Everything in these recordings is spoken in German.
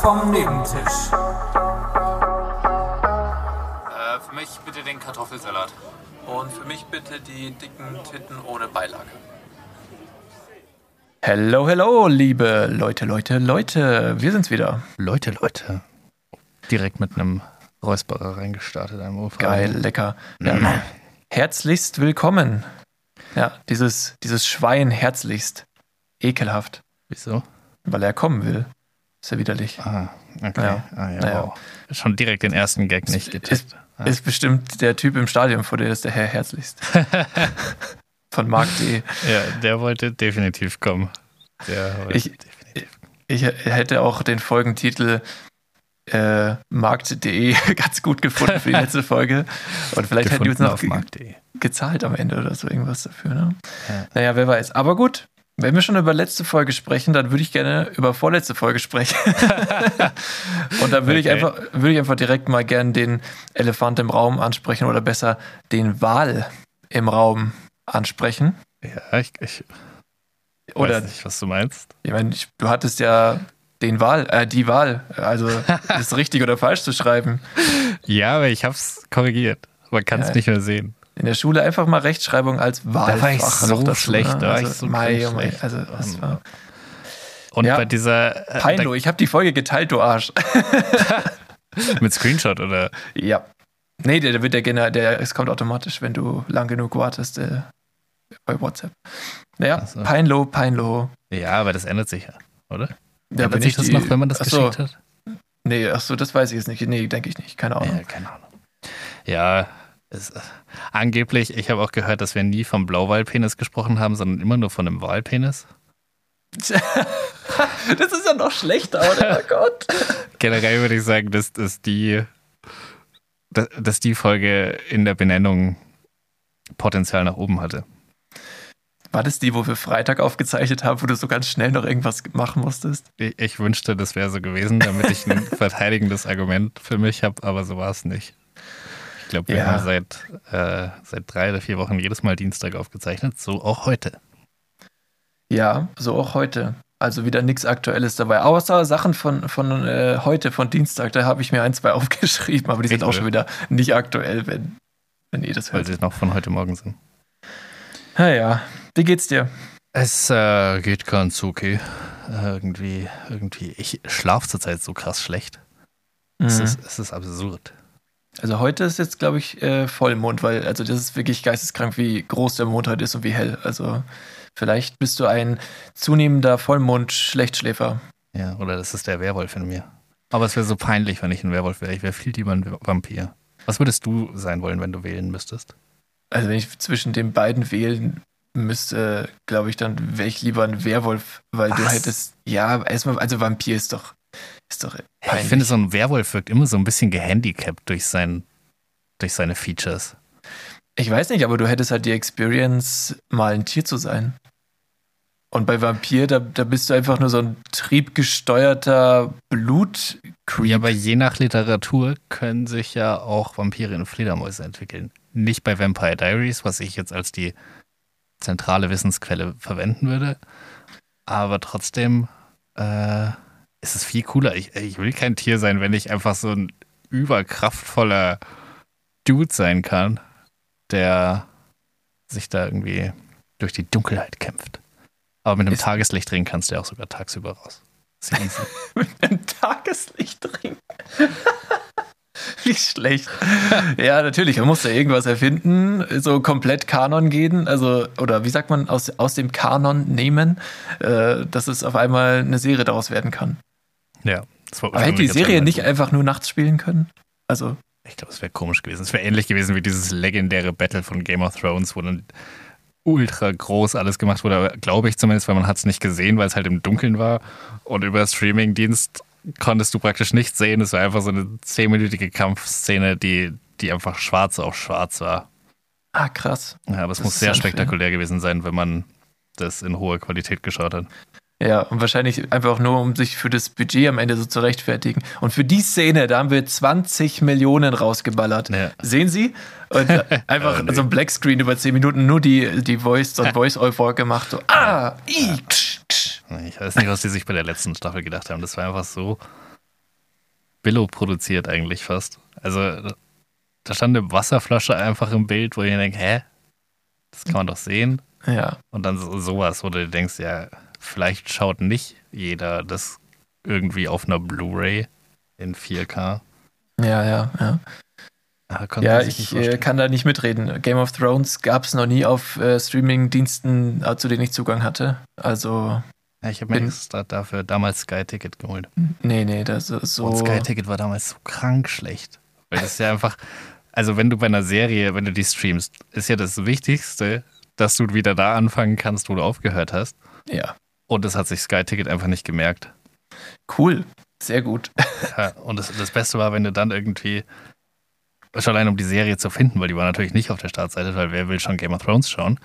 vom Nebentisch. Äh, für mich bitte den Kartoffelsalat. Und für mich bitte die dicken Titten ohne Beilage. Hello, hello, liebe Leute, Leute, Leute. Wir sind's wieder. Leute, Leute. Direkt mit einem Räusperer reingestartet, einem Ohr. Geil, lecker. Ja. Herzlichst willkommen. Ja, dieses, dieses Schwein herzlichst. Ekelhaft, Wieso? weil er kommen will. Ist ja widerlich. Ah, okay. Ja. Ah, ja, Naja. wow. Schon direkt den ersten Gag nicht Ist, getippt. ist bestimmt der Typ im Stadion, vor der ist der Herr herzlichst. Von Marc.de. Ja, der wollte definitiv kommen. Der wollte Ich- definitiv. Ich hätte auch den Folgentitel äh, Markt.de ganz gut gefunden für die letzte Folge. Und vielleicht hätten die uns gefunden noch auf ge Markt.de. gezahlt am Ende oder so irgendwas dafür. Ne? Ja. Naja, wer weiß. Aber gut, wenn wir schon über letzte Folge sprechen, dann würde ich gerne über vorletzte Folge sprechen. Und dann würde ich, Okay. einfach, würde ich einfach direkt mal gerne den Elefant im Raum ansprechen oder besser den Wal im Raum ansprechen. Ja, ich, ich Oder weiß nicht, was du meinst. Ich meine, ich, du hattest ja den Wahl, äh, die Wahl, also das richtig oder falsch zu schreiben. Ja, aber ich hab's korrigiert. Man kann es Geil. nicht mehr sehen. In der Schule einfach mal Rechtschreibung als Wahlfach. war ich so noch dazu, schlecht, ne? da war also, ich so mei, schlecht. oh mei, also das war Und Ja. bei dieser äh, peinlich. Ich habe die Folge geteilt, du Arsch. da- mit Screenshot oder ja. Nee, der, der wird ja generell, der, es kommt automatisch, wenn du lang genug wartest äh, bei WhatsApp. Naja, Ach so. Peinlo, Peinlo. ja, aber das ändert sich ja, oder? Da ändert sich das noch, wenn man das achso, geschickt hat? Nee, ach so, das weiß ich jetzt nicht. Nee, denke ich nicht, keine Ahnung. Ja, keine Ahnung. Äh, Ja, es, äh, angeblich, ich habe auch gehört, dass wir nie vom Blauwalpenis gesprochen haben, sondern immer nur von einem Walpenis. Das ist ja noch schlechter, oder? Oh Gott. Generell würde ich sagen, dass, dass die dass, dass die Folge in der Benennung Potenzial nach oben hatte. War das die, wo wir Freitag aufgezeichnet haben, wo du so ganz schnell noch irgendwas machen musstest? Ich, ich wünschte, das wäre so gewesen, damit ich ein verteidigendes Argument für mich habe, aber so war es nicht. Ich glaube, wir Ja. haben seit, äh, seit drei oder vier Wochen jedes Mal Dienstag aufgezeichnet, so auch heute. Ja, so auch heute. Also wieder nichts Aktuelles dabei, außer Sachen von, von äh, heute, von Dienstag. Da habe ich mir ein, zwei aufgeschrieben, aber die sind Echt, auch oder? schon wieder nicht aktuell, wenn, wenn ihr das weil hört. sie noch von heute Morgen sind. Naja, wie geht's dir? Es äh, geht ganz okay. Äh, irgendwie, irgendwie, ich schlafe zurzeit so krass schlecht. Es, Mhm. ist, es ist absurd. Also heute ist jetzt, glaube ich, äh, Vollmond, weil also das ist wirklich geisteskrank, wie groß der Mond heute ist und wie hell. Also vielleicht bist du ein zunehmender Vollmond-Schlechtschläfer. Ja, oder das ist der Werwolf in mir. Aber es wäre so peinlich, wenn ich ein Werwolf wäre. Ich wäre viel lieber ein Vampir. Was würdest du sein wollen, wenn du wählen müsstest? Also wenn ich zwischen den beiden wählen müsste, glaube ich, dann wäre ich lieber ein Werwolf, weil du Was? hättest ja erstmal also Vampir ist doch ist doch Hey, ich finde, so ein Werwolf wirkt immer so ein bisschen gehandicapt durch, sein, durch seine Features. Ich weiß nicht, aber du hättest halt die Experience mal ein Tier zu sein. Und bei Vampir da, da bist du einfach nur so ein triebgesteuerter Blut Ja, aber je nach Literatur können sich ja auch Vampire und Fledermäuse entwickeln. Nicht bei Vampire Diaries, was ich jetzt als die zentrale Wissensquelle verwenden würde. Aber trotzdem äh, ist es viel cooler. Ich, ich will kein Tier sein, wenn ich einfach so ein überkraftvoller Dude sein kann, der sich da irgendwie durch die Dunkelheit kämpft. Aber mit einem Ist- Tageslicht drehen kannst du ja auch sogar tagsüber raus. Ist ja easy. mit dem Tageslicht trinken. Wie schlecht. Ja, natürlich, man muss da irgendwas erfinden, so komplett Kanon gehen, also, oder wie sagt man, aus, aus dem Kanon nehmen, äh, dass es auf einmal eine Serie daraus werden kann. ja. das war Aber hätte die ursprünglich Serie jetzt nicht einfach nur nachts spielen können? Also, Ich glaube, es wäre komisch gewesen. Es wäre ähnlich gewesen wie dieses legendäre Battle von Game of Thrones, wo dann ultra groß alles gemacht wurde, aber glaube ich zumindest, weil man hat es nicht gesehen, weil es halt im Dunkeln war und über Streamingdienst konntest du praktisch nichts sehen. Es war einfach so eine zehnminütige Kampfszene, die, die einfach schwarz auf schwarz war. ah, krass. Ja, aber es Das muss ist sehr unfair. spektakulär gewesen sein, wenn man das in hoher Qualität geschaut hat. Ja, und wahrscheinlich einfach nur, um sich für das Budget am Ende so zu rechtfertigen. Und für die Szene, da haben wir 20 Millionen rausgeballert. Ja. Sehen Sie? Und einfach Oh, nee. so ein Black Screen über 10 Minuten, nur die, die Voice, so ein Voice-Over gemacht. So, ah, i, tsch, tsch. Ich weiß nicht, was die sich bei der letzten Staffel gedacht haben. Das war einfach so Billo produziert eigentlich fast. Also da stand eine Wasserflasche einfach im Bild, wo ich mir denke, hä? Das kann man doch sehen. Ja. Und dann so, sowas, wo du denkst, ja, vielleicht schaut nicht jeder das irgendwie auf einer Blu-ray in 4K. Ja, ja, ja. Ah, konnte Ja, man sich ich nicht äh, vorstellen. kann da nicht mitreden. Game of Thrones gab es noch nie auf äh, Streaming-Diensten, äh, zu denen ich Zugang hatte. Also, ja, ich habe mir bin- extra dafür damals Sky-Ticket geholt. nee, nee, das ist so. Und Sky-Ticket war damals so krank schlecht. Weil das ist ja einfach, also wenn du bei einer Serie, wenn du die streamst, ist ja das Wichtigste, dass du wieder da anfangen kannst, wo du aufgehört hast. Ja, Und das hat sich Sky-Ticket einfach nicht gemerkt. cool. Sehr gut. Ja, und das, das Beste war, wenn du dann irgendwie, schon allein um die Serie zu finden, weil die war natürlich nicht auf der Startseite, weil wer will schon Game of Thrones schauen,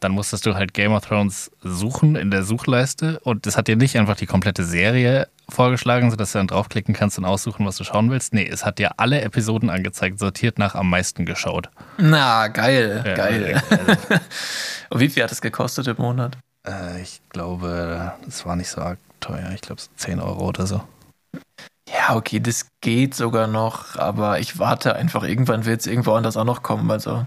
dann musstest du halt Game of Thrones suchen in der Suchleiste und das hat dir nicht einfach die komplette Serie vorgeschlagen, sodass du dann draufklicken kannst und aussuchen, was du schauen willst. Nee, es hat dir alle Episoden angezeigt, sortiert nach am meisten geschaut. Na, geil, Ja, geil. also, Und wie viel hat es gekostet im Monat? äh, ich glaube, das war nicht so arg teuer. Ich glaube, so 10 Euro oder so. Ja, okay, das geht sogar noch, aber ich warte einfach. Irgendwann wird es irgendwo anders auch noch kommen. Also,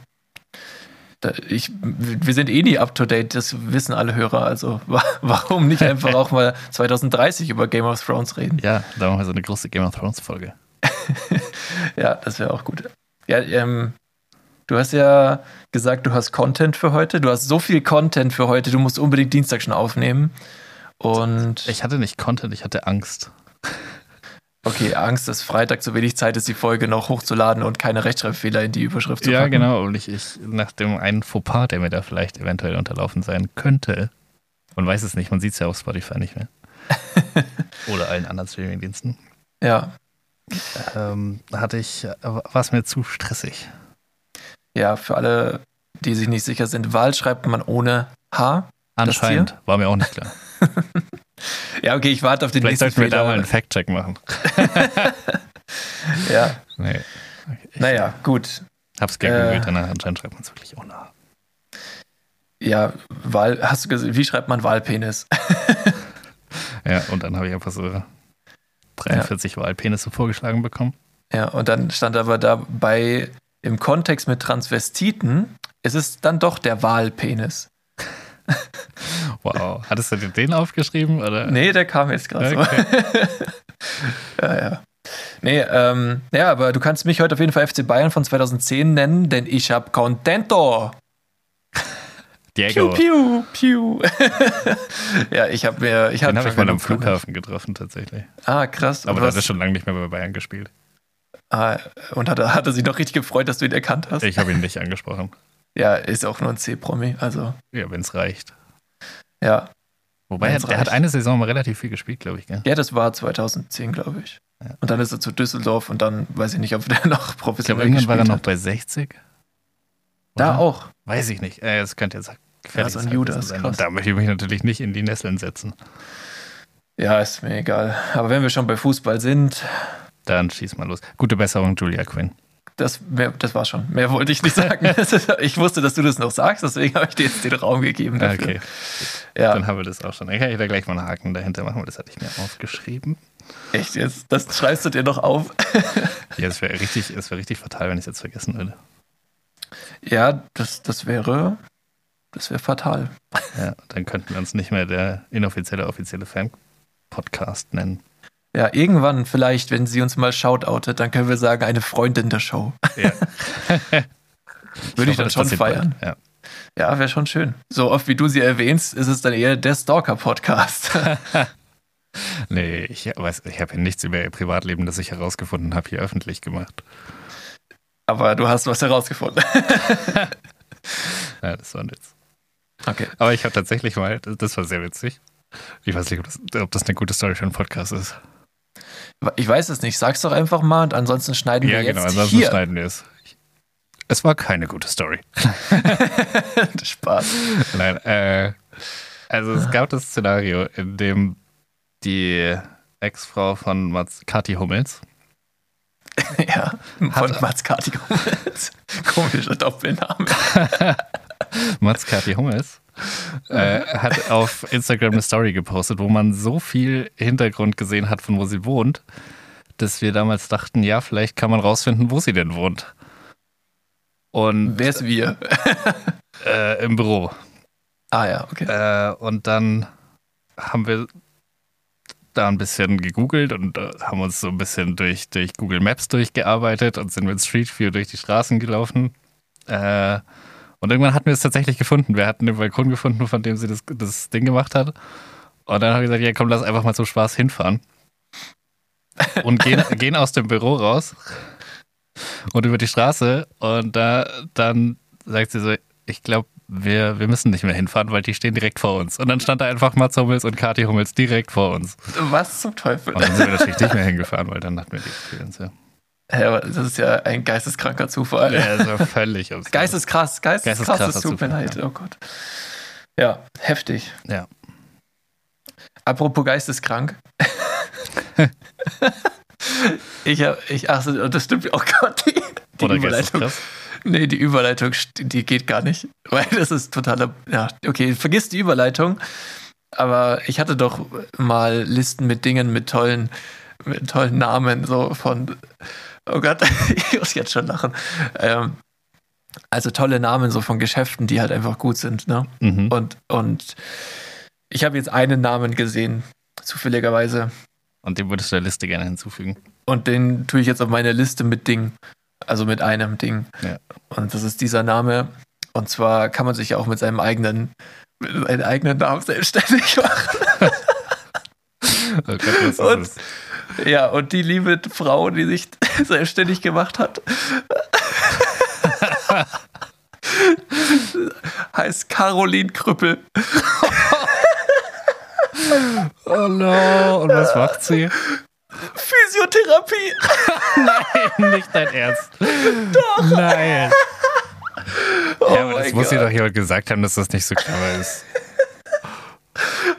da, ich, wir sind eh nie up to date, das wissen alle Hörer. Also, wa- warum nicht einfach auch mal 2030 über Game of Thrones reden? Ja, da machen wir so eine große Game of Thrones-Folge. Ja, das wäre auch gut. Ja, ähm, du hast ja gesagt, du hast Content für heute. Du hast so viel Content für heute, du musst unbedingt Dienstag schon aufnehmen. Und Ich hatte nicht Content, ich hatte Angst. okay, Angst, dass Freitag zu wenig Zeit ist, die Folge noch hochzuladen und keine Rechtschreibfehler in die Überschrift zu Ja, packen. genau. Und ich, ich, nach dem einen Fauxpas, der mir da vielleicht eventuell unterlaufen sein könnte, man weiß es nicht, man sieht es ja auf Spotify nicht mehr. Oder allen anderen Streamingdiensten. Ja, Ähm, hatte ich, äh, war es mir zu stressig. ja, für alle, die sich nicht sicher sind, Wahl schreibt man ohne H. Anscheinend war mir auch nicht klar. Ja, okay, ich warte auf den Vielleicht sollten nächsten wir da mal einen Fehler. Fact-Check machen. Ja, Nee. Ich naja, gut. hab's äh, gegoogelt, dann anscheinend schreibt man es wirklich ohne H. Ja, Wahl, hast du gesehen, wie schreibt man Wahlpenis? Ja, und dann habe ich einfach so 43 Wahlpenisse vorgeschlagen bekommen. Ja, und dann stand aber dabei im Kontext mit Transvestiten, es ist dann doch der Wahlpenis. Wow. Hattest du dir den aufgeschrieben? Oder? Nee, der kam jetzt gerade Okay. so. Ja, ja. Nee, ähm, ja, aber du kannst mich heute auf jeden Fall FC Bayern von 2010 nennen, denn ich hab Contento. Piu, Diego. piu, piu. ja, ich hab mir. Ich hab Den habe schon ich mal genug am Content. Flughafen getroffen, tatsächlich. Ah, krass. Aber und, der hat was, er schon lange nicht mehr bei Bayern gespielt. ah, und hat, er- hat er sich noch richtig gefreut, dass du ihn erkannt hast? Ich habe ihn nicht angesprochen. Ja, ist auch nur ein C-Promi, also Ja, wenn es reicht. ja. Wobei, er, Wenn's er hat reicht. eine Saison mal relativ viel gespielt, glaube ich. Gell? Ja, das war 2010, glaube ich. Ja. Und dann ist er zu Düsseldorf und dann weiß ich nicht, ob der noch Ich glaube, professionell irgendwann war er gespielt noch hat. bei 60. Da oder? auch. Weiß ich nicht. Äh, das könnte jetzt Ja, so ein Judas, sein. krass. Und da möchte ich mich natürlich nicht in die Nesseln setzen. Ja, ist mir egal. Aber wenn wir schon bei Fußball sind, Dann schieß mal los. Gute Besserung, Julia Quinn. das, mehr, das war schon. Mehr wollte ich nicht sagen. Das ist- ich wusste, dass du das noch sagst, deswegen habe ich dir jetzt den Raum gegeben Ah, dafür. Okay, dann Ja, haben wir das auch schon. Dann kann ich da gleich mal einen Haken dahinter machen, weil das hatte ich mir aufgeschrieben. echt jetzt. Das schreibst du dir noch auf. Ja, es wäre richtig, es wäre richtig fatal, wenn ich es jetzt vergessen würde. Ja, das, das wäre. Das wäre fatal. Ja, dann könnten wir uns nicht mehr der inoffizielle, offizielle Fan-Podcast nennen. Ja, irgendwann vielleicht, wenn sie uns mal shoutoutet, dann können wir sagen, eine Freundin der Show. Ja. Würde ich hoffe, dann das schon passiert bald. feiern. Ja. Ja, wäre schon schön. So oft wie du sie erwähnst, ist es dann eher der Stalker-Podcast. Nee, ich weiß, ich habe ja nichts über ihr Privatleben, das ich herausgefunden habe, hier öffentlich gemacht. Aber du hast was herausgefunden. Ja, das war ein Witz. Okay. Aber ich habe tatsächlich mal, das das war sehr witzig. Ich weiß nicht, ob das, ob das eine gute Story für einen Podcast ist. Ich weiß es nicht. Sag's doch einfach mal und ansonsten schneiden wir jetzt genau, ansonsten hier. schneiden wir es. Es war keine gute Story. Spaß. Nein, äh, also es gab das Szenario, in dem die Ex-Frau von Mats, Kathi Hummels, ja. Von Hat- Mats Kati Komischer Doppelname. Mats Kathi Hummels äh, hat auf Instagram eine Story gepostet, wo man so viel Hintergrund gesehen hat, von wo sie wohnt, dass wir damals dachten, ja, vielleicht kann man rausfinden, wo sie denn wohnt. Und Wer ist wir? äh, im Büro. Ah ja, okay. Äh, und dann haben wir da ein bisschen gegoogelt und äh, haben uns so ein bisschen durch, durch Google Maps durchgearbeitet und sind mit Street View durch die Straßen gelaufen. Äh, und irgendwann hatten wir es tatsächlich gefunden. Wir hatten den Balkon gefunden, von dem sie das, das Ding gemacht hat. Und dann haben wir gesagt, ja komm, lass einfach mal zum Spaß hinfahren. Und gehen, gehen aus dem Büro raus und über die Straße. Und da dann sagt sie so, ich glaube, wir, wir müssen nicht mehr hinfahren, weil die stehen direkt vor uns. Und dann stand da einfach Mats Hummels und Kathi Hummels direkt vor uns. Was zum Teufel? Und dann sind wir natürlich nicht mehr hingefahren, weil dann hatten wir die Experience. Ja, Hä, aber das ist ja ein geisteskranker Zufall. ja das war völlig absurd. Geisteskrass, geisteskrass, Geisteskrasser es tut mir Zufall, leid. Oh Gott. Ja, heftig. Ja. Apropos geisteskrank. ich hab, ich, ach, so, das stimmt. Oh Gott, die, die Oder Überleitung. geisteskrass. Nee, die Überleitung, st- die geht gar nicht. Weil das ist totaler. Ja, okay, vergiss die Überleitung. Aber ich hatte doch mal Listen mit Dingen mit tollen, mit tollen Namen, so von. Oh Gott, ich muss jetzt schon lachen. Ähm, also tolle Namen so von Geschäften, die halt einfach gut sind, ne? Mhm. Und, und ich habe jetzt einen Namen gesehen, zufälligerweise. Und den würdest du der Liste gerne hinzufügen. Und den tue ich jetzt auf meine Liste mit Ding. Also mit einem Ding. Ja. Und das ist dieser Name. Und zwar kann man sich ja auch mit seinem eigenen, mit seinem eigenen Namen selbstständig machen. Oh Gott, was ist Und, das? ja, und die liebe Frau, die sich selbstständig gemacht hat, heißt Caroline Krüppel. Oh no, und was macht sie? Physiotherapie. Nein, nicht dein Ernst. Doch. Nein. Oh ja, aber das mein muss Gott. dir doch jemand gesagt haben, dass das nicht so clever ist.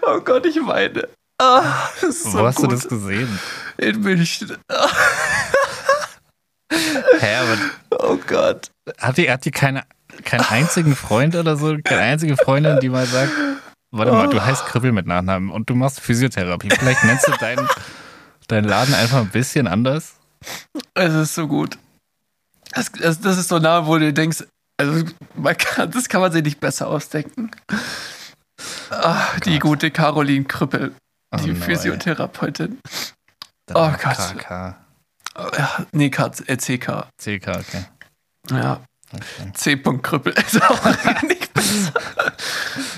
Oh Gott, ich weine. Ah, das ist so Wo hast gut. du das gesehen? In München. Hä, aber Oh Gott. Hat die, hat die keine, keinen einzigen Freund oder so? Keine einzige Freundin, die mal sagt, warte mal, du heißt Kribbel mit Nachnamen und du machst Physiotherapie. Vielleicht nennst du deinen, deinen Laden einfach ein bisschen anders. Es ist so gut. Das, das, das ist so nah, wo du denkst, also man kann, das kann man sich nicht besser ausdenken. Ah, die Oh Gott. gute Caroline Krüppel, Oh die no, ey. Physiotherapeutin. Dann Oh noch Gott. KK. Ja, nee, K äh, CK. CK, okay. Ja. Okay. C. Krüppel ist auch nicht besser.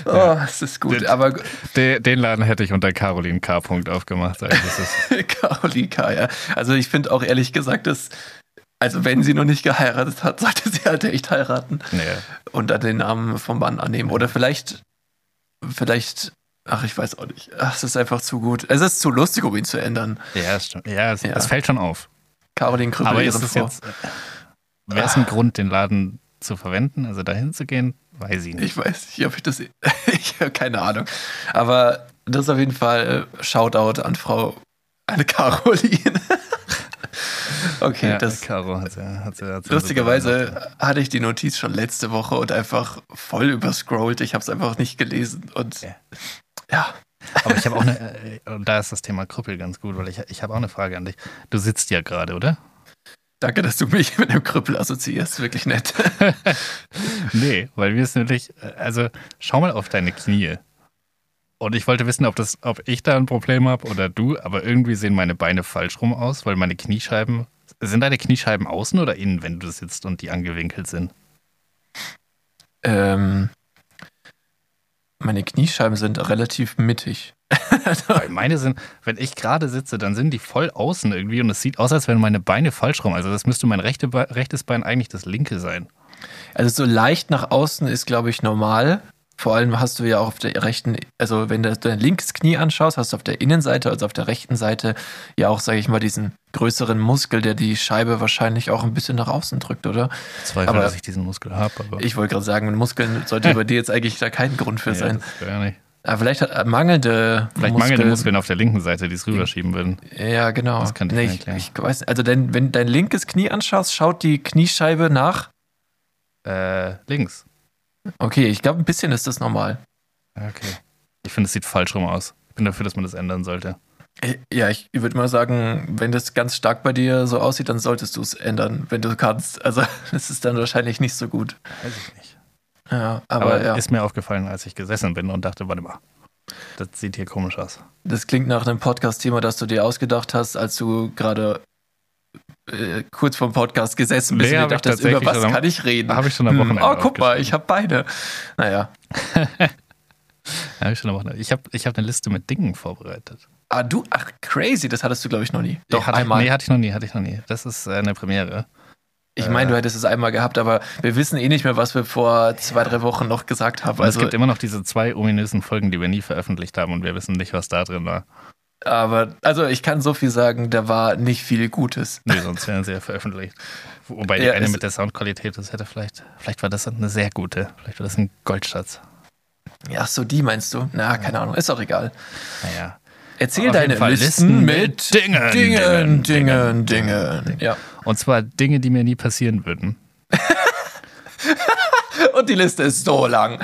Oh, es ist gut. Den- Aber Den, den Laden hätte ich unter Caroline K. Punkt aufgemacht. Also das ist, Caroline K., ja. Also ich finde auch ehrlich gesagt, dass, also wenn sie noch nicht geheiratet hat, sollte sie halt echt heiraten. nee. und dann den Namen vom Mann annehmen. Oder vielleicht, vielleicht, ach, ich weiß auch nicht. Ach, es ist einfach zu gut. Es ist zu lustig, um ihn zu ändern. Ja, stimmt. Ja, es, Ja. es fällt schon auf. Caroline Krüppel, Aber ihre ist es Frau. jetzt, wäre es ein Grund, den Laden zu verwenden, also dahin zu gehen? Weiß ich nicht. Ich weiß nicht, ob ich das. eh- ich habe keine Ahnung. Aber das ist auf jeden Fall äh, Shoutout an Frau, an Caroline. okay, ja, das. Caro hat, ja- hat, ja- hat ja- Lustigerweise hatte ich die Notiz schon letzte Woche und einfach voll überscrollt. Ich habe es einfach nicht gelesen. Und Ja. ja, Aber ich habe auch eine, äh, und da ist das Thema Krüppel ganz gut, weil ich, ich habe auch eine Frage an dich. Du sitzt ja gerade, oder? danke, dass du mich mit dem Krüppel assoziierst. Wirklich nett. Nee, weil mir ist nämlich, äh, also schau mal auf deine Knie. Und ich wollte wissen, ob, das, ob ich da ein Problem habe oder du, aber irgendwie sehen meine Beine falsch rum aus, weil meine Kniescheiben, sind deine Kniescheiben außen oder innen, wenn du sitzt und die angewinkelt sind? Ähm, meine Kniescheiben sind relativ mittig. Weil meine sind, wenn ich gerade sitze, dann sind die voll außen irgendwie und es sieht aus, als wären meine Beine falsch rum. Also das müsste mein rechte Be rechtes Bein eigentlich das linke sein. Also so leicht nach außen ist, glaube ich, normal. Vor allem hast du ja auch auf der rechten, also wenn du dein linkes Knie anschaust, hast du auf der Innenseite, also auf der rechten Seite ja auch, sage ich mal, diesen größeren Muskel, der die Scheibe wahrscheinlich auch ein bisschen nach außen drückt, oder? Zweifel, Aber- dass ich diesen Muskel habe. aber- Ich wollte gerade sagen, mit Muskeln sollte bei dir jetzt eigentlich da kein Grund für Ja, sein. das wär ja nicht. Aber vielleicht hat äh, mangelnde Vielleicht mangelnde Muskeln auf der linken Seite, die es rüberschieben würden. Ja, genau. Das kann ich Nee, mir ich, erklären. ich weiß, also dein, wenn dein linkes Knie anschaust, schaut die Kniescheibe nach Äh, links. Okay, ich glaube, ein bisschen ist das normal. Okay. Ich finde, es sieht falsch rum aus. Ich bin dafür, dass man das ändern sollte. Äh, Ja, ich würde mal sagen, wenn das ganz stark bei dir so aussieht, dann solltest du es ändern, wenn du kannst. Also, das ist dann wahrscheinlich nicht so gut. Weiß ich nicht. Ja, aber, Aber ja, ist mir aufgefallen, als ich gesessen bin und dachte, warte mal, das sieht hier komisch aus. das klingt nach einem Podcast-Thema, das du dir ausgedacht hast, als du gerade äh, kurz vom Podcast gesessen bist Nee, und dir hab ich dachtest, über tatsächlich was schon am- kann ich reden? hab ich schon am Wochenende Hm, oh, guck mal, aufgeschrieben. ich habe beide. Naja. Ja, ich schon aber- ich habe ich hab eine Liste mit Dingen vorbereitet. Ah, du, ach, crazy, das hattest du, glaube ich, noch nie. Nee, hatte Ich, nee, hatte ich noch nie, hatte ich noch nie. Das ist äh, eine Premiere. Ich meine, du hättest es einmal gehabt, aber wir wissen eh nicht mehr, was wir vor zwei, drei Wochen noch gesagt haben. Und es Also, gibt immer noch diese zwei ominösen Folgen, die wir nie veröffentlicht haben und wir wissen nicht, was da drin war. aber, also ich kann so viel sagen, da war nicht viel Gutes. Nee, sonst wären sie ja veröffentlicht. Wobei die Ja, eine es- mit der Soundqualität, das hätte vielleicht, vielleicht war das eine sehr gute, vielleicht war das ein Goldschatz. Ach so, die meinst du? Na, keine Ahnung, ist auch egal. Naja. Erzähl Auf deine jeden Fall Listen Listen mit mit Dingen, Dingen, Dingen, Dingen, Dingen, Dingen. Ja. Und zwar Dinge, die mir nie passieren würden. Und die Liste ist so lang.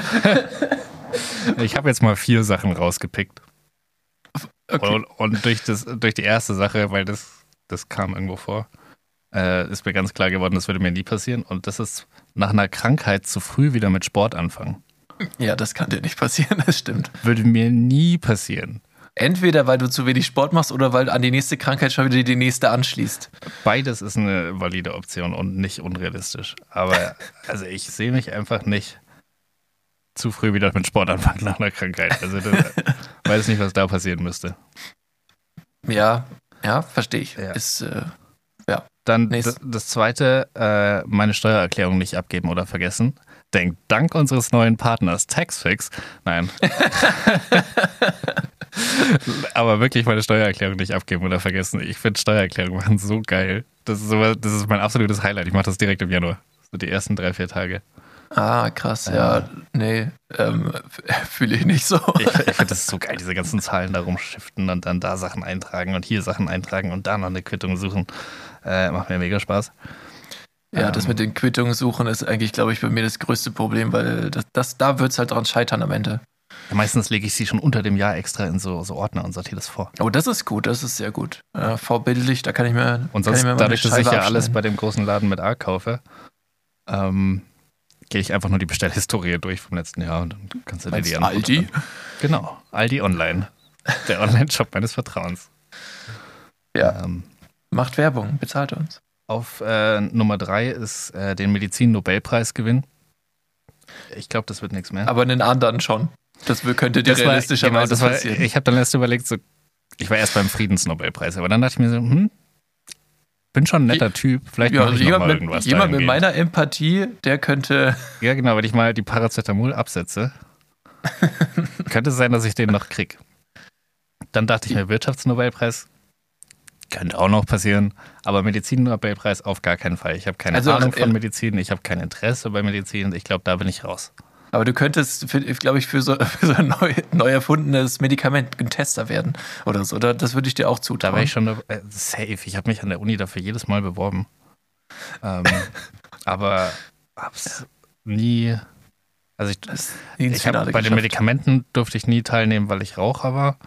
Ich habe jetzt mal vier Sachen rausgepickt. Okay. Und, und durch, das, durch die erste Sache, weil das, das kam irgendwo vor, äh, ist mir ganz klar geworden, das würde mir nie passieren. Und das ist nach einer Krankheit zu früh wieder mit Sport anfangen. Ja, das kann dir nicht passieren, das stimmt. Würde mir nie passieren. Entweder weil du zu wenig Sport machst oder weil an die nächste Krankheit schon wieder die nächste anschließt. Beides ist eine valide Option und nicht unrealistisch. Aber also ich sehe mich einfach nicht zu früh wieder mit Sport anfangen nach einer Krankheit. Also das, weiß nicht, was da passieren müsste. Ja, ja, verstehe ich. Ja. Ist, äh, Dann Nächst- das, das zweite, äh, meine Steuererklärung nicht abgeben oder vergessen. Denkt dank unseres neuen Partners Taxfix. Nein. Aber wirklich meine Steuererklärung nicht abgeben oder vergessen. Ich finde Steuererklärung machen so geil. Das ist, sowas, das ist mein absolutes Highlight. Ich mache das direkt im Januar. So die ersten drei, vier Tage. ah, krass, ja. Nee, ähm, fühle ich nicht so. Ich, ich finde das so geil, diese ganzen Zahlen da rumschiften und dann da Sachen eintragen und hier Sachen eintragen und da noch eine Quittung suchen. Äh, macht mir mega Spaß. ähm, Ja, das mit den Quittungen suchen ist eigentlich, glaube ich, bei mir das größte Problem, weil das, das, da wird es halt dran scheitern am Ende. Meistens lege ich sie schon unter dem Jahr extra in so, so Ordner und sortiere das vor. Oh, das ist gut, das ist sehr gut. Äh, vorbildlich, da kann ich mir. Und kann sonst, ich mir meine dadurch, dass ich Scheibe ja alles abschneiden. bei dem großen Laden mit A kaufe, ähm, gehe ich einfach nur die Bestellhistorie durch vom letzten Jahr und dann kannst du dir Meinst die du Antwort Aldi? dann- Genau, Aldi Online. Der Online-Shop meines Vertrauens. Ja. Ähm, Macht Werbung, bezahlt uns. auf äh, Nummer drei ist äh, den Medizin-Nobelpreis gewinnen. Ich glaube, das wird nichts mehr. Aber einen anderen schon. Das wür- könnte dir war- genau, realistischerweise das war, passieren. Ich habe dann erst überlegt, so, ich war erst beim Friedensnobelpreis, aber dann dachte ich mir so, hm, bin schon ein netter Typ, vielleicht ja, mache ich noch jemand mal mit, irgendwas jemand mit dahingehend. meiner Empathie, der könnte. Ja, genau, wenn ich mal die Paracetamol absetze, könnte es sein, dass ich den noch krieg. Dann dachte ich mir, Wirtschaftsnobelpreis könnte auch noch passieren, aber Medizin-Nobelpreis auf gar keinen Fall. Ich habe keine Also, Ahnung ja. von Medizin, ich habe kein Interesse bei Medizin, ich glaube, da bin ich raus. Aber du könntest, glaube ich, für so, für so ein neu, neu erfundenes Medikament ein Tester werden oder so. Da, das würde ich dir auch Da war zutrauen. ich schon äh, safe. Ich habe mich an der Uni dafür jedes Mal beworben. Ähm, aber hab's nie. Also ich, Das nie ins ich hab, Finale bei den geschafft. Medikamenten durfte ich nie teilnehmen, weil ich Raucher war.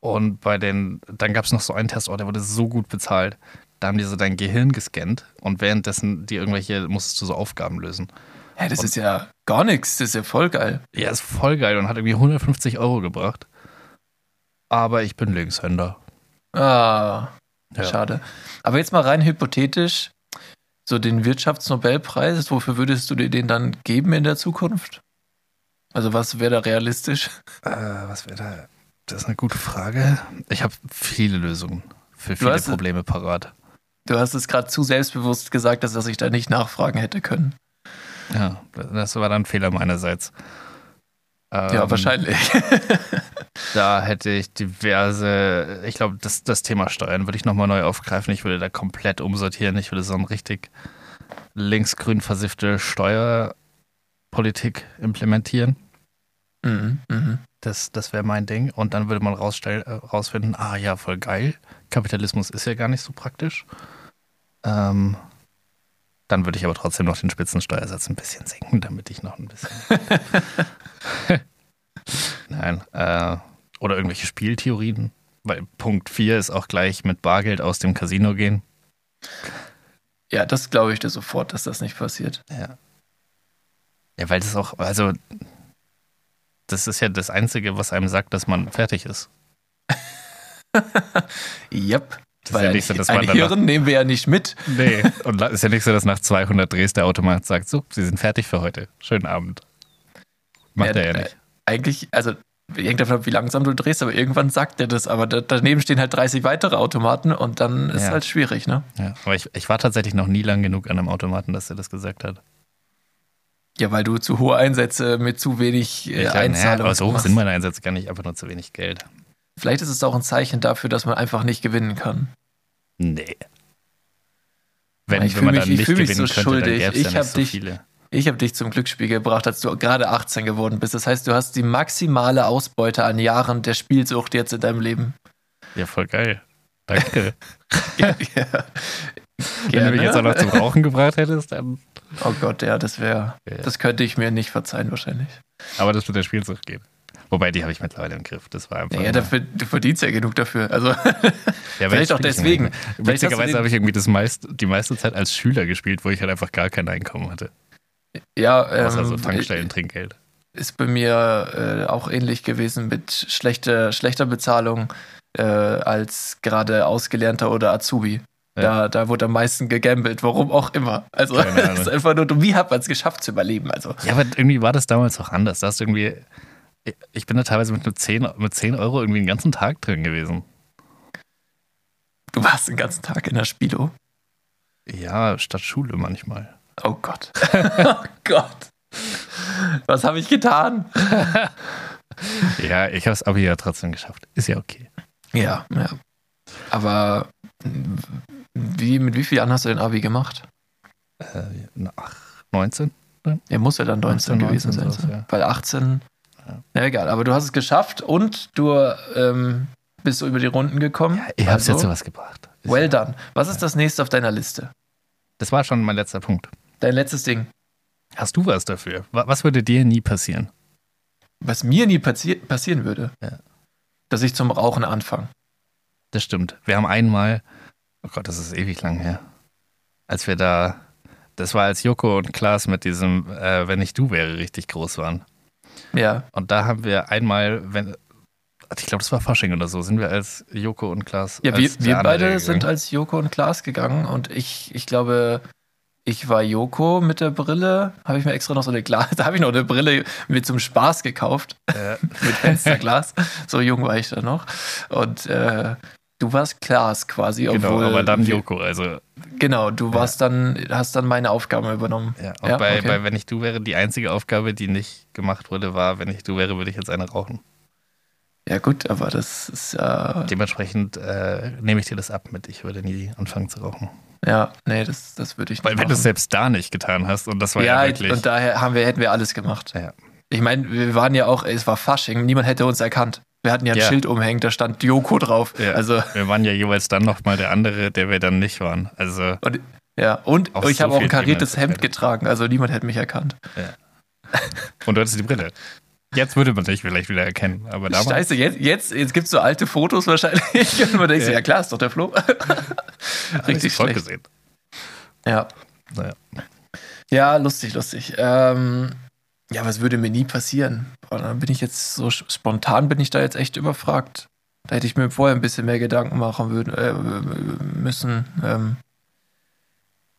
Und bei den, dann gab es noch so einen Test, oh, der wurde so gut bezahlt. Da haben die so dein Gehirn gescannt und währenddessen die irgendwelche musstest du so Aufgaben lösen. Hä, das ist ja gar nichts, das ist ja voll geil. Ja, ist voll geil und hat irgendwie 150 Euro gebracht. Aber ich bin Linkshänder. Ah, Ja. schade. Aber jetzt mal rein hypothetisch, so den Wirtschaftsnobelpreis, wofür würdest du dir den dann geben in der Zukunft? Also was wäre da realistisch? Äh, was wäre da? Das ist eine gute Frage. Ich habe viele Lösungen für Du viele hast- Probleme parat. Du hast es gerade zu selbstbewusst gesagt, dass, dass ich da nicht nachfragen hätte können. Ja, das war dann ein Fehler meinerseits. ja, Ähm, wahrscheinlich. Da hätte ich diverse, ich glaube, das, das Thema Steuern würde ich nochmal neu aufgreifen. Ich würde da komplett umsortieren. Ich würde so eine richtig linksgrün versiffte Steuerpolitik implementieren. mhm, mhm. Das, das wäre mein Ding. Und dann würde man rausstell, äh, rausfinden, ah ja, voll geil. Kapitalismus ist ja gar nicht so praktisch. Ähm, dann würde ich aber trotzdem noch den Spitzensteuersatz ein bisschen senken, damit ich noch ein bisschen. Nein. Äh, oder irgendwelche Spieltheorien. Weil Punkt 4 ist auch gleich mit Bargeld aus dem Casino gehen. Ja, das glaube ich dir sofort, dass das nicht passiert. Ja. Ja, weil das auch, also, das ist ja das Einzige, was einem sagt, dass man fertig ist. Yep. Weil Das ist ja ein- nicht so, dass man ein danach Hirn nehmen wir ja nicht mit. Nee, und la- ist ja nicht so, dass nach 200 Drehs der Automat sagt, so, Sie sind fertig für heute. Schönen Abend. Macht er ja äh, nicht. Eigentlich, also hängt davon ab, wie langsam du drehst, aber irgendwann sagt er das. Aber da, daneben stehen halt 30 weitere Automaten und dann ist Ja. halt schwierig, ne? Ja, aber ich, ich war tatsächlich noch nie lang genug an einem Automaten, dass er das gesagt hat. Ja, weil du zu hohe Einsätze mit zu wenig äh, Ich dachte, naja, Einzahlungen ne, aber so hoch machst. sind meine Einsätze gar nicht, einfach nur zu wenig Geld. Vielleicht ist es auch ein Zeichen dafür, dass man einfach nicht gewinnen kann. Nee. Wenn, Ich wenn fühl man mich- dann ich nicht fühl gewinnen mich so könnte, schuldig. dann gäbe Ich es ja hab nicht so dich- viele. Ich habe dich zum Glücksspiel gebracht, als du gerade 18 geworden bist. Das heißt, du hast die maximale Ausbeute an Jahren der Spielsucht jetzt in deinem Leben. Ja, voll geil. Danke. ja. wenn du mich Gerne. jetzt auch noch zum Rauchen gebracht hättest, dann. Oh Gott, ja, das wäre. Ja. Das könnte ich mir nicht verzeihen, wahrscheinlich. Aber das mit der Spielsucht geht. Wobei, die habe ich mittlerweile im Griff. Das war einfach. Ja, nur- dafür, du verdienst ja genug dafür. Also, Ja, aber Vielleicht jetzt auch spiel ich deswegen. immer nicht mehr. Vielleicht hast du Witzigerweise den- habe ich irgendwie das meist, die meiste Zeit als Schüler gespielt, wo ich halt einfach gar kein Einkommen hatte. ja, ähm, Außer so Tankstellen, Trinkgeld. ist bei mir äh, auch ähnlich gewesen mit schlechter, schlechter Bezahlung äh, als gerade Ausgelernter oder Azubi. Ja. Da, da wurde am meisten gegambelt, warum auch immer. Also, Keine es ist Ahnung. einfach nur, dumm. wie hat man es geschafft zu überleben? Also, Ja, aber irgendwie war das damals auch anders. Da hast du irgendwie. Ich bin da teilweise mit, nur 10, mit 10 Euro irgendwie den ganzen Tag drin gewesen. du warst den ganzen Tag in der Spilo. Ja, statt Schule manchmal. Oh Gott. oh Gott. Was habe ich getan? Ja, ich habe es aber ja trotzdem geschafft. Ist ja okay. Ja, ja. Aber m, wie, mit wie vielen Jahren hast du den Abi gemacht? Äh, nach 19? Er muss ja dann 19, 19, gewesen sein. 19 so. ja. Weil 18. Ja. Na egal, aber du hast es geschafft und du ähm, bist so über die Runden gekommen. Ja, Ich habe es jetzt sowas gebracht. Ist Also? Well ja. done. Was ist das nächste auf deiner Liste? Das war schon mein letzter Punkt. Dein letztes Ding. Hast du was dafür? Wa- Was würde dir nie passieren? Was mir nie passi passieren würde, Ja. dass ich zum Rauchen anfange. Das stimmt. Wir haben einmal, oh Gott, das ist ewig lang her, als wir da, das war als Joko und Klaas mit diesem äh, Wenn ich du wäre richtig groß waren. Ja, Und da haben wir einmal, wenn, ich glaube, das war Fasching oder so, sind wir als Joko und Klaas. ja wir, als wir der beide andere sind gegangen. als Joko und Klaas gegangen und ich, ich glaube, ich war Joko mit der Brille. Habe ich mir extra noch so eine Glas, da habe ich noch eine Brille mir zum Spaß gekauft. mit Fensterglas. so jung war ich da noch. Und äh, du warst Klaas quasi, Äh, genau, obwohl aber dann wir- Joko. Also, Genau, du warst dann, hast dann meine Aufgaben übernommen. ja. Und bei, bei Wenn ich du wäre, die einzige Aufgabe, die nicht gemacht wurde, war, wenn ich du wäre, würde ich jetzt eine rauchen. ja gut, aber das ist ja, Dementsprechend äh, nehme ich dir das ab mit, ich würde nie anfangen zu rauchen. ja, nee, das, das würde ich nicht Weil wenn du es machen. selbst da nicht getan hast, und das war ja, ja, wirklich. und daher haben wir, hätten wir alles gemacht. Ja. Ich meine, wir waren ja auch, es war Fasching, niemand hätte uns erkannt. Wir hatten ja ein Ja. Schild umhängt, da stand Joko drauf. Ja. Also, wir waren ja jeweils dann nochmal der andere, der wir dann nicht waren. Also, und, ja, und Auf ich so habe auch ein vielen kariertes Ebenen Hemd getragen, also niemand hätte mich erkannt. und du hattest die Brille. Jetzt würde man dich vielleicht wieder erkennen, aber damals. Scheiße, jetzt, jetzt, jetzt gibt es so alte Fotos wahrscheinlich. Und man denkt so, Ja. ja klar, ist doch der Flo. hab ich's Richtig voll schlecht. gesehen. Ja. Naja. ja, lustig, lustig. Ähm, ja, was würde mir nie passieren? Und dann bin ich jetzt so sch- spontan, bin ich da jetzt echt überfragt. Da hätte ich mir vorher ein bisschen mehr Gedanken machen würden, äh, müssen, ähm,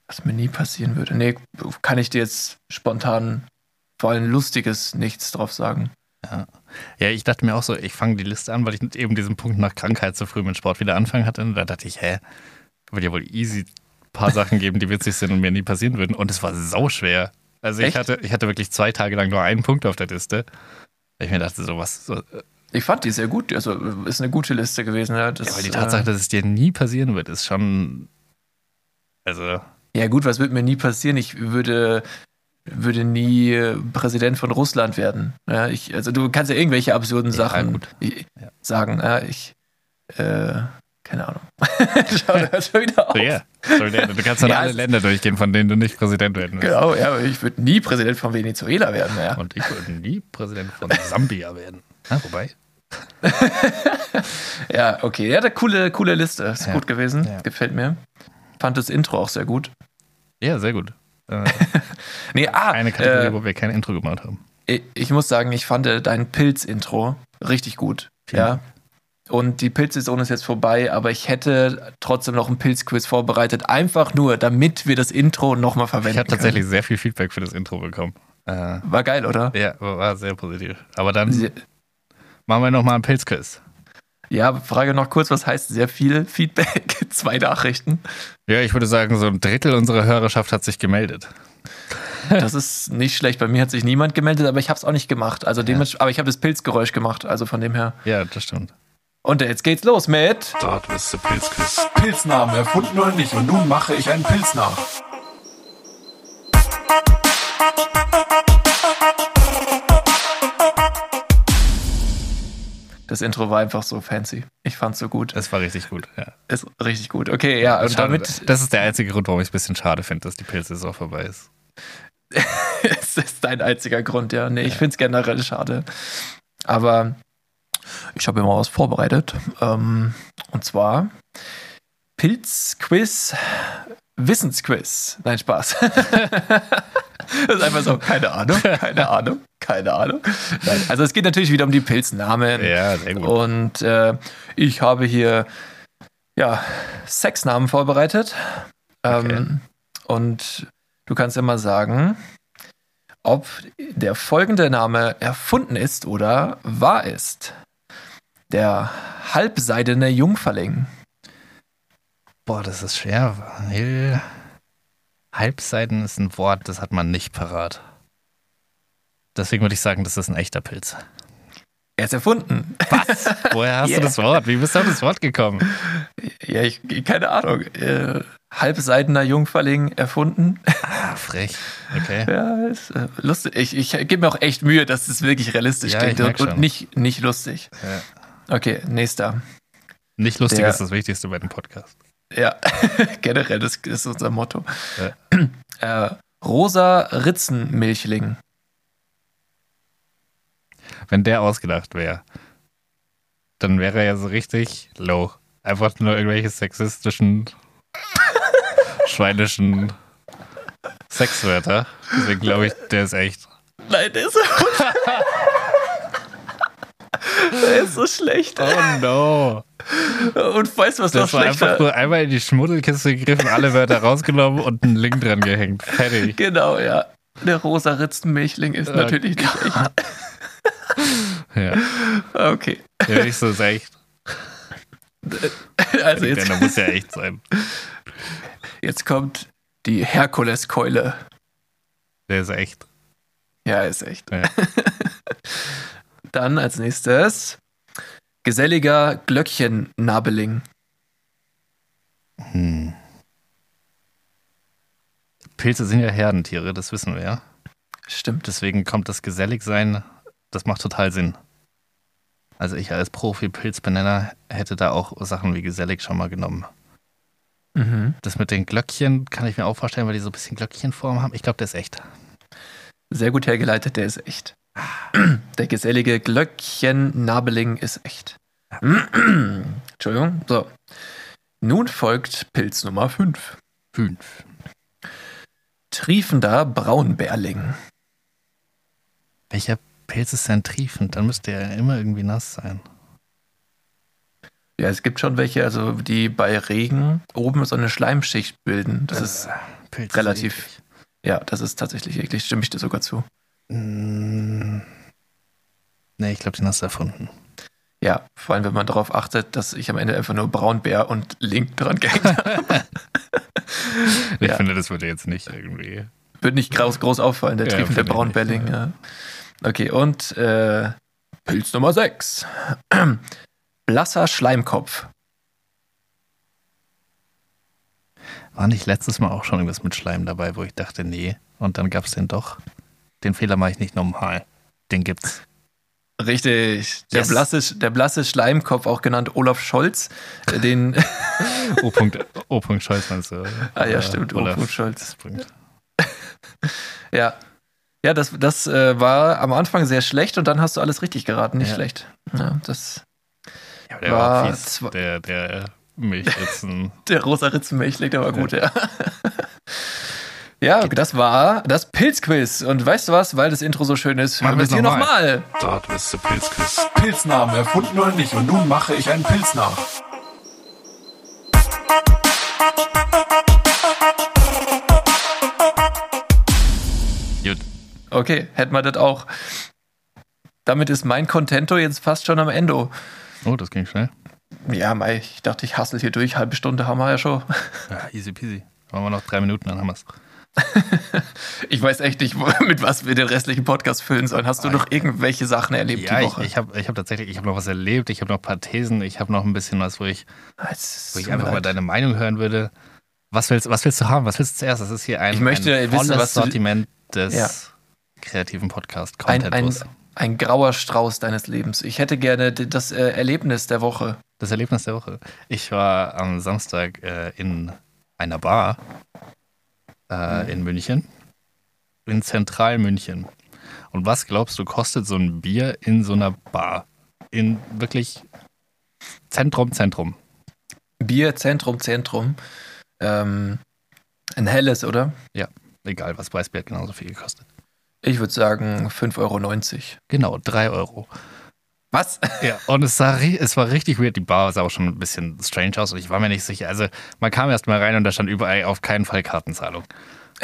was mir nie passieren würde. Nee, kann ich dir jetzt spontan vor allem lustiges Nichts drauf sagen. Ja, ich dachte mir auch so, ich fange die Liste an, weil ich eben diesen Punkt nach Krankheit so früh mit Sport wieder anfangen hatte. Und da dachte ich, hä, wird ja wohl easy ein paar Sachen geben, die witzig sind und mir nie passieren würden. Und es war sauschwer. Also ich Echt? hatte, ich hatte wirklich zwei Tage lang nur einen Punkt auf der Liste. Ich mir dachte, so was, so, Ich fand die sehr gut, also ist eine gute Liste gewesen. Ja, das, Ja, aber die äh, Tatsache, dass es dir nie passieren wird, ist schon. Also, Ja, gut, was wird mir nie passieren? Ich würde, würde nie äh, Präsident von Russland werden. Ja, ich, also, du kannst ja irgendwelche absurden Sachen gut. i- Ja. sagen. Ja, ich, äh, keine Ahnung. Schau, da hört's schon wieder auf. ja. Sorry, du kannst dann Ja, alle es- Länder durchgehen, von denen du nicht Präsident werden willst. Genau, ja, aber ich würde nie Präsident von Venezuela werden. Ja. Und ich würde nie Präsident von Sambia werden. Ja, Ah, wobei, Ja, okay. Ja, eine coole, coole Liste. Ist Ja. gut gewesen. Ja. Gefällt mir. Fand das Intro auch sehr gut. Ja, sehr gut. Äh, Nee, ah, eine Kategorie, äh, wo wir kein Intro gemacht haben. Ich- ich muss sagen, ich fand äh, dein Pilz-Intro richtig gut. Vielen ja. Und die Pilz-Saison ist jetzt vorbei, aber ich hätte trotzdem noch ein Pilz-Quiz vorbereitet, einfach nur, damit wir das Intro nochmal verwenden. Ich habe tatsächlich sehr viel Feedback für das Intro bekommen. Äh, Können. War geil, oder? ja, war sehr positiv. Aber dann Sehr- machen wir nochmal einen Pilzquiz. Ja, Frage noch kurz, was heißt sehr viel Feedback? Zwei Nachrichten. Ja, ich würde sagen, so ein Drittel unserer Hörerschaft hat sich gemeldet. Das ist nicht schlecht. Bei mir hat sich niemand gemeldet, aber ich habe es auch nicht gemacht. Also dementsprechend, aber ich habe das Pilzgeräusch gemacht, also von dem her. Ja, das stimmt. Und jetzt geht's los mit Dort ist der Pilzquiz. Pilznamen erfunden oder nicht. Und nun mache ich einen Pilz nach. Das Intro war einfach so fancy. Ich fand's so gut. Das war richtig gut. Ja. Ist richtig gut. Okay, ja, und Schade, Also damit das ist der einzige Grund, warum ich es ein bisschen schade finde, dass die Pilzsaison vorbei ist. ist das dein einziger Grund, ja. Nee, ich find's generell schade. Aber ich habe immer was vorbereitet. Ähm, und zwar Pilzquiz, Wissensquiz. Nein, Spaß. das ist einfach so, keine Ahnung, keine Ahnung, keine Ahnung. Nein, also es geht natürlich wieder um die Pilznamen. Ja, sehr Und äh, ich habe hier ja, Sexnamen vorbereitet. Ähm, Und du kannst ja mal sagen, ob der folgende Name erfunden ist oder wahr ist. Der halbseidene Jungferling. Boah, das ist schwer, weil Halbseiten ist ein Wort, das hat man nicht parat. Deswegen würde ich sagen, das ist ein echter Pilz. Er ist erfunden. Was? Woher hast Yeah. du das Wort? Wie bist du auf das Wort gekommen? Ja, ich, keine Ahnung. Äh, halbseidener Jungferling erfunden. Ah, frech. Okay. Ja, ist äh, lustig. Ich, ich gebe mir auch echt Mühe, dass es wirklich realistisch Ja, klingt ich merk und, und schon. nicht, nicht lustig. Okay, nächster. Nicht lustig Der- ist das Wichtigste bei dem Podcast. Ja, generell, das ist unser Motto. Äh, rosa Ritzenmilchling. Wenn der ausgedacht wäre, dann wäre er ja so richtig low. Einfach nur irgendwelche sexistischen, schweinischen Sexwörter. Deswegen glaube ich, der ist echt. Nein, der ist so, der ist so schlecht. Oh no. Und weißt du, was noch Das war schlechter einfach nur einmal in die Schmuddelkiste gegriffen, alle Wörter rausgenommen und einen Link dran gehängt. Fertig. Genau, ja. Der rosa Ritzenmilchling ist Oh natürlich nicht echt. Ja. Okay. Der nächste ist echt. Also Denn jetzt, der muss ja echt sein. jetzt kommt die Herkuleskeule. Der ist echt. Ja, ist echt. Ja. Dann als nächstes geselliger Glöckchennabeling. Pilze sind ja Herdentiere, das wissen wir ja. Stimmt. Deswegen kommt das Geselligsein, das macht total Sinn. Also ich als Profi-Pilzbenenner hätte da auch Sachen wie gesellig schon mal genommen. Mhm. Das mit den Glöckchen kann ich mir auch vorstellen, weil die so ein bisschen Glöckchenform haben. Ich glaube, der ist echt. Sehr gut hergeleitet, der ist echt. Der gesellige Glöckchennabeling ist echt. Entschuldigung. So. Nun folgt Pilz Nummer 5. Fünf. Triefender Braunbärling. Welcher Pilz ist denn triefend? Dann müsste er ja immer irgendwie nass sein. Ja, es gibt schon welche, also die bei Regen oben so eine Schleimschicht bilden. Das ist, Pilz Relativ. Ist eklig. ja, das ist tatsächlich eklig, stimme ich dir sogar zu. Mm. Nee, ich glaube, den hast du erfunden. Ja, vor allem, wenn man darauf achtet, dass ich am Ende einfach nur Braunbär und Link dran gehängt habe. Ich Ja. finde, das würde jetzt nicht irgendwie. Würde nicht groß, groß auffallen, der Ja, triefende finde ich nicht, Braunbärling. Ja. Okay, und äh, Pilz Nummer 6. Blasser Schleimkopf. War nicht letztes Mal auch schon irgendwas mit Schleim dabei, wo ich dachte, nee. Und dann gab es den doch. Den Fehler mache ich nicht normal. Den gibt's. Richtig. Der, Yes. blasse, der blasse Schleimkopf, auch genannt Olaf Scholz, äh, den. O. o. Scholz meinst du? ah ja, Äh, stimmt, Olaf Olaf Scholz. Scholz. Ja. Ja, das, das äh, war am Anfang sehr schlecht und dann hast du alles richtig geraten. Nicht Ja. schlecht. Ja, das, Ja, der War war fies. zwei- Der, der äh, mich jetzt ein. der rosa Ritzenmilch legt aber gut, ja. Ja, das war das Pilzquiz. Und weißt du was, weil das Intro so schön ist, Machen machen wir es wir's hier nochmal. nochmal. Dort ist der Pilzquiz. Pilznamen erfunden oder nicht und nun mache ich einen Pilz nach. Gut. Okay, hätten wir das auch. Damit ist mein Contento jetzt fast schon am Ende. Oh, das ging schnell. Ja, Mai, ich dachte, ich hassel hier durch. Halbe Stunde haben wir ja schon. Ja, easy peasy. Machen wir noch drei Minuten, dann haben wir es. Ich weiß echt nicht, wo- mit was wir den restlichen Podcast füllen sollen. Hast du noch irgendwelche Sachen erlebt Ja, die ich, Woche? ich habe ich hab tatsächlich, ich habe noch was erlebt, ich habe noch ein paar Thesen, ich habe noch ein bisschen was, wo ich, Ah, Es wo ich tut mir einfach mal leid. deine Meinung hören würde. Was willst, was willst du haben? Was willst du zuerst? Das ist hier ein, Ich möchte ein wissen, volles was du- Sortiment des Ja. kreativen podcast ein, content ein, ein grauer Strauß deines Lebens. Ich hätte gerne d- das äh, Erlebnis der Woche. Das Erlebnis der Woche. Ich war am Samstag äh, in einer Bar äh, in München. In Zentralmünchen. Und was glaubst du, kostet so ein Bier in so einer Bar? In wirklich Zentrum, Zentrum. Bier, Zentrum, Zentrum. Ähm, ein helles, oder? Egal, was Weißbier hat genauso viel gekostet. Ich würde sagen 5,90 Euro. Genau, 3 Euro. Was? Ja, und es, sah, ri- es war richtig weird. Die Bar sah auch schon ein bisschen strange aus und ich war mir nicht sicher. Also, man kam erst mal rein und da stand überall auf keinen Fall Kartenzahlung.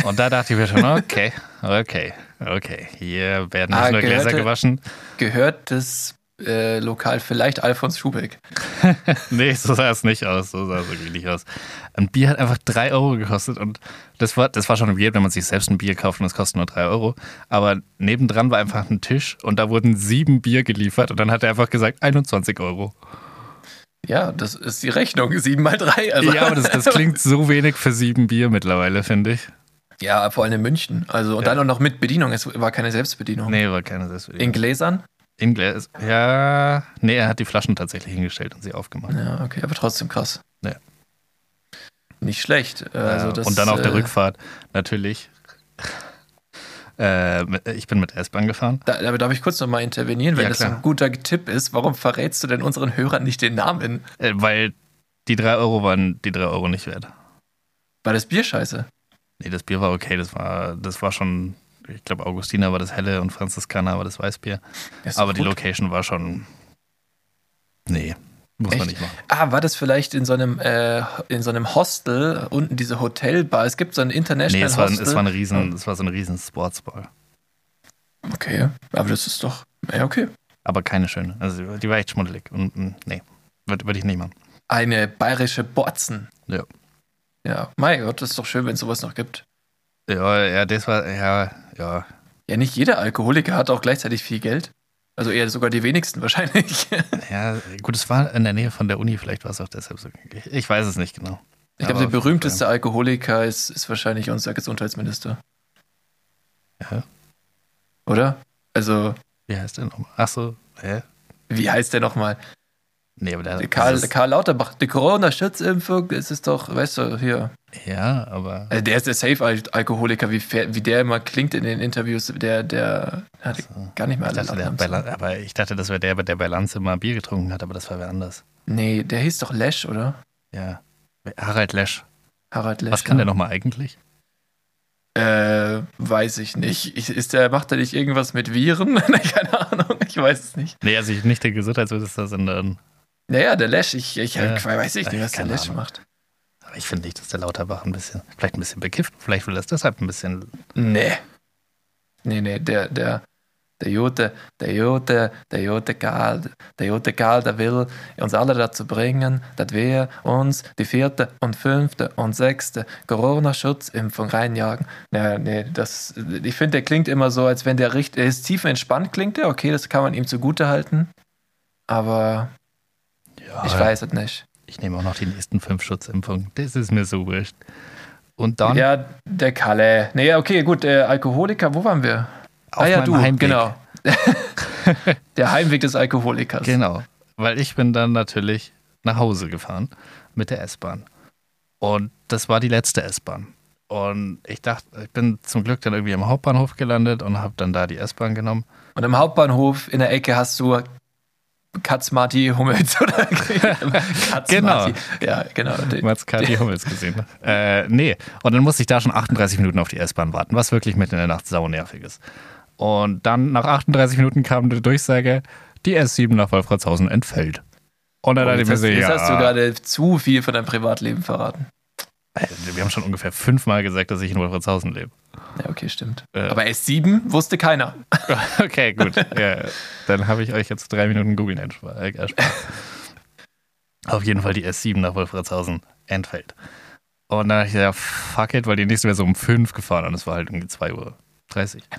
Und da dachte ich mir schon, okay, okay, okay. Hier werden nicht Ah, nur Gläser gehörte- gewaschen. Gehört das äh, Lokal vielleicht Alfons Schubeck? Nee, so sah es nicht aus. So sah es wirklich nicht aus. Ein Bier hat einfach 3 Euro gekostet und das war, das war schon weird, wenn man sich selbst ein Bier kauft und es kostet nur 3 Euro. Aber nebendran war einfach ein Tisch und da wurden sieben Bier geliefert und dann hat er einfach gesagt 21 Euro. Ja, das ist die Rechnung. 7 mal 3. Also. ja, aber das, das klingt so wenig für sieben Bier mittlerweile, finde ich. Ja, vor allem in München. Also, und dann auch noch mit Bedienung. Es war keine Selbstbedienung. Nee, war keine Selbstbedienung. In Gläsern? In Glas. Ja. Nee, er hat die Flaschen tatsächlich hingestellt und sie aufgemacht. Ja, okay, aber trotzdem krass. Ja. Nicht schlecht. Äh, Also Äh, das, und dann auf der äh, Rückfahrt natürlich. Äh, mit- ich bin mit S-Bahn gefahren. Da, aber darf ich kurz nochmal intervenieren, wenn Ja, das klar. ein guter Tipp ist? Warum verrätst du denn unseren Hörern nicht den Namen? Äh, weil die 3 Euro waren die 3 Euro nicht wert. War das Bier scheiße? Nee, das Bier war okay. Das war, das war schon, ich glaube, Augustiner war das helle und Franziskaner war das Weißbier. Ist doch Aber die gut. Location war schon. Nee, muss man Echt? nicht machen. Ah, war das vielleicht in so einem, äh, in so einem Hostel, unten diese Hotelbar? Es gibt so ein International Nee, es war, ein- Hostel. es war ein riesen, es war so ein riesen Sportsbar. Okay, aber das ist doch. Ja, okay. Aber keine schöne. Also die war echt schmuddelig. Und mm, nee, würde würd ich nicht machen. Eine bayerische Borzen. Ja. Ja, mein Gott, das ist doch schön, wenn es sowas noch gibt. Ja, ja, das war, ja, ja. Ja, nicht jeder Alkoholiker hat auch gleichzeitig viel Geld. Also eher sogar die wenigsten wahrscheinlich. Ja, gut, es war in der Nähe von der Uni, vielleicht war es auch deshalb so. Ich, ich weiß es nicht genau. Ich glaube, der Aber auf jeden berühmteste Alkoholiker ist, ist wahrscheinlich unser Gesundheitsminister. Ja. Oder? Also, Wie heißt der nochmal? Ach so, hä? wie heißt der nochmal? Nee, aber der. Karl, das ist- Karl Lauterbach, die Corona-Schutzimpfung, es ist doch, weißt du, hier. Ja, aber. Also der ist der Safe-Alkoholiker, wie, fair- wie der immer klingt in den Interviews. Der, der hat gar nicht mehr Ich alle dachte, der Lappen. bei Lan- aber ich dachte, das wäre der, der bei Lanz immer Bier getrunken hat, aber das war wer anders. Nee, der hieß doch Lesch, oder? Ja. Harald Lesch. Harald Lesch. Was kann ja. der nochmal eigentlich? Äh, weiß ich nicht. Ich, ist der, macht er nicht irgendwas mit Viren? Keine Ahnung, ich weiß es nicht. Nee, also ich- nicht der Gesundheitsminister, sondern. Naja, der Lash, ich, ich Ja. ich weiß ich nicht, was der Keine Lash Ahnung. macht. Aber ich finde nicht, dass der Lauterbach ein bisschen. Vielleicht ein bisschen bekifft. Vielleicht will er es deshalb ein bisschen Nee. Nee, nee, der, der, der Jude, der Jude, der Jude Karl, der Jude Karl, der will uns alle dazu bringen, dass wir uns die vierte und fünfte und sechste Corona-Schutzimpfung reinjagen. Nee, nee, das, ich finde, der klingt immer so, als wenn der richtig, er ist tief entspannt, klingt der, okay, das kann man ihm zugute halten, aber Ja, ich weiß es nicht. Ich nehme auch noch die nächsten fünf Schutzimpfungen. Das ist mir so wurscht. Und dann Ja, der Kalle. Nee, ja, okay, gut. Äh, Alkoholiker, wo waren wir? auf ja, meinem Heimweg. Genau. der Heimweg des Alkoholikers. genau. Weil ich bin dann natürlich nach Hause gefahren mit der S-Bahn. Und das war die letzte S-Bahn. Und ich dachte, ich bin zum Glück dann irgendwie am Hauptbahnhof gelandet und habe dann da die S-Bahn genommen. Und im Hauptbahnhof in der Ecke hast du Katzmarti Hummels oder Katzmarti. Genau. Ja, genau. Man hat's Kathi Hummels gesehen. Ne? Äh, nee, und dann musste ich da schon 38 Minuten auf die S-Bahn warten, was wirklich mitten in der Nacht saunervig ist. Und dann nach 38 Minuten kam die Durchsage, die S7 nach Wolfratshausen entfällt. Und dann dachte ich Oh, Jetzt hast, mir so, jetzt hast du ja, gerade zu viel von deinem Privatleben verraten. wir haben schon ungefähr fünfmal gesagt, dass ich in Wolfratshausen lebe. Ja, okay, stimmt. Äh. Aber S7 wusste keiner. Okay, gut. Ja, dann habe ich euch jetzt drei Minuten googeln entspa- äh, erspart. Auf jeden Fall die S7 nach Wolfratshausen entfällt. Und dann dachte ich, ja, fuck it, weil die nächste wäre so um 5 gefahren und es war halt irgendwie 2.30 Uhr.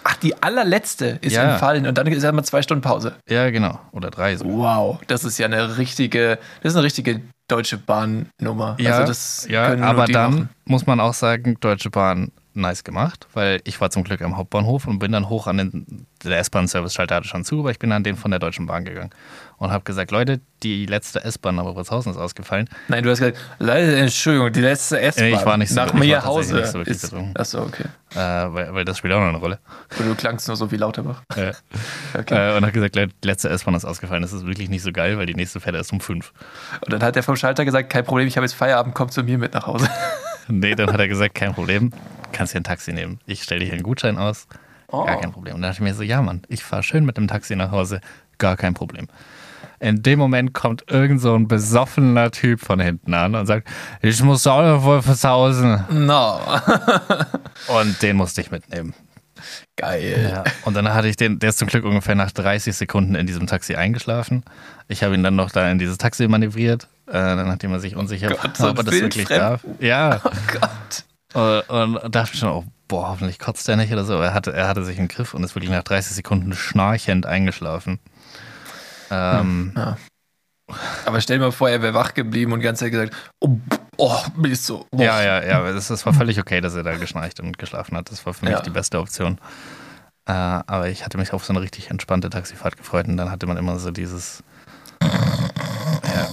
Ach, die allerletzte ist Ja. entfallen und dann ist erstmal zwei Stunden Pause. Ja, genau. Oder 3 so. Wow, das ist ja eine richtige, das ist eine richtige deutsche Bahnnummer. Ja, also das ja können nur aber die dann machen. muss man auch sagen, Deutsche Bahn nice gemacht, weil ich war zum Glück am Hauptbahnhof und bin dann hoch an den, der S-Bahn-Service-Schalter hatte schon zu, aber ich bin an den von der Deutschen Bahn gegangen und habe gesagt, Leute, die letzte S-Bahn nach Wolfratshausen ist ausgefallen. Nein, du hast gesagt, leider, Entschuldigung, die letzte S-Bahn. Nee, ich war nicht so- Nach ich war mir tatsächlich Hause. nicht so wirklich ist, betrunken. achso, okay. äh, weil, weil das spielt auch noch eine Rolle. Und du klangst nur so wie Lauterbach. Äh, Okay. äh, und hat gesagt, le- letzte S-Bahn ist ausgefallen. Das ist wirklich nicht so geil, weil die nächste fährt erst um fünf. Und dann hat er vom Schalter gesagt, kein Problem, ich habe jetzt Feierabend, komm zu mir mit nach Hause. Nee, dann hat er gesagt, kein Problem, kannst dir ein Taxi nehmen. Ich stelle dir einen Gutschein aus, gar kein Problem. Und dann dachte ich mir so, ja Mann, ich fahre schön mit dem Taxi nach Hause, gar kein Problem. In dem Moment kommt irgend so ein besoffener Typ von hinten an und sagt, ich muss auch nach Wolfershausen. No. Und den musste ich mitnehmen. Geil. Ja, und dann hatte ich den, der ist zum Glück ungefähr nach 30 Sekunden in diesem Taxi eingeschlafen. Ich habe ihn dann noch da in dieses Taxi manövriert, äh, dann nachdem er sich unsicher war, Gott, so ein ob er das wirklich darf. Wildfremden. Ja, Oh Gott. und, und dachte mir schon, oh, boah, hoffentlich kotzt er nicht oder so. Aber Er hatte, er hatte sich im Griff und ist wirklich nach 30 Sekunden schnarchend eingeschlafen. Ähm, Aber stell dir mal vor, er wäre wach geblieben und die ganze Zeit gesagt, oh, oh mir ist so. boah. Ja, ja, ja. Es, es war völlig okay, dass er da geschnarcht und geschlafen hat. Das war für mich Ja. die beste Option. Äh, aber ich hatte mich auf so eine richtig entspannte Taxifahrt gefreut und dann hatte man immer so dieses. Ja.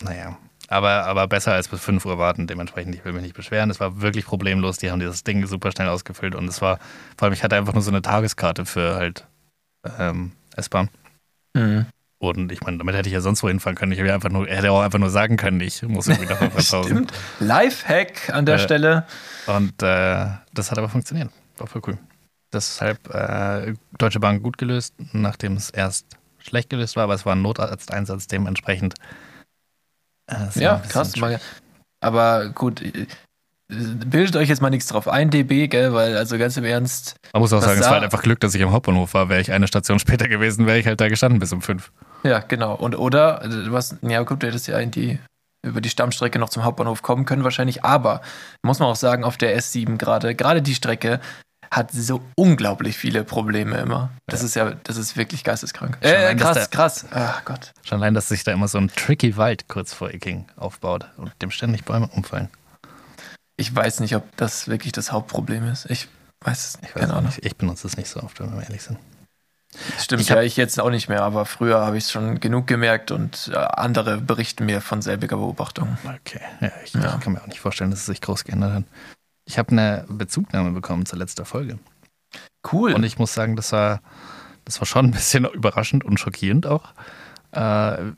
Naja. Aber, aber besser als bis 5 Uhr warten. Dementsprechend, ich will mich nicht beschweren. Es war wirklich problemlos. Die haben dieses Ding super schnell ausgefüllt und es war, vor allem, ich hatte einfach nur so eine Tageskarte für halt ähm, S-Bahn. Mhm. Und ich meine, damit hätte ich ja sonst wohin fahren können. Ich hätte ja einfach nur, hätte auch einfach nur sagen können, ich muss irgendwie nach 5000. Stimmt. Lifehack an der Ja. Stelle. Und äh, das hat aber funktioniert. War voll cool. Deshalb äh, Deutsche Bank gut gelöst, nachdem es erst schlecht gelöst war, aber es war ein Notarzteinsatz dementsprechend. äh, es war Ja, ein bisschen krass. schwierig. Mal, aber gut, äh, bildet euch jetzt mal nichts drauf ein, DB, gell, weil also ganz im Ernst, Man muss auch was sagen, es da- war halt einfach Glück, dass ich am Hauptbahnhof war. Wäre ich eine Station später gewesen, wäre ich halt da gestanden bis um fünf. ja, genau. Und oder, äh, du hast, ja gut, du hättest ja in die, über die Stammstrecke noch zum Hauptbahnhof kommen können, wahrscheinlich, aber muss man auch sagen, auf der S7 gerade, gerade die Strecke hat so unglaublich viele Probleme immer. Das ist ja, das ist wirklich geisteskrank. Schon Äh, allein, dass krass, der- krass. Ach Gott. Schon allein, dass sich da immer so ein tricky Wald kurz vor Icking aufbaut und dem ständig Bäume umfallen. Ich weiß nicht, ob das wirklich das Hauptproblem ist. Ich weiß es nicht. Ich weiß Keine auch Ahnung. nicht. Ich benutze es nicht so oft, wenn wir ehrlich sind. Stimmt, Ich hab- ja, ich jetzt auch nicht mehr, aber früher habe ich es schon genug gemerkt und äh, andere berichten mir von selbiger Beobachtung. Okay, ja, ich, Ja. ich kann mir auch nicht vorstellen, dass es sich groß geändert hat. Ich habe eine Bezugnahme bekommen zur letzten Folge. Cool. Und ich muss sagen, das war, das war schon ein bisschen überraschend und schockierend auch. Äh,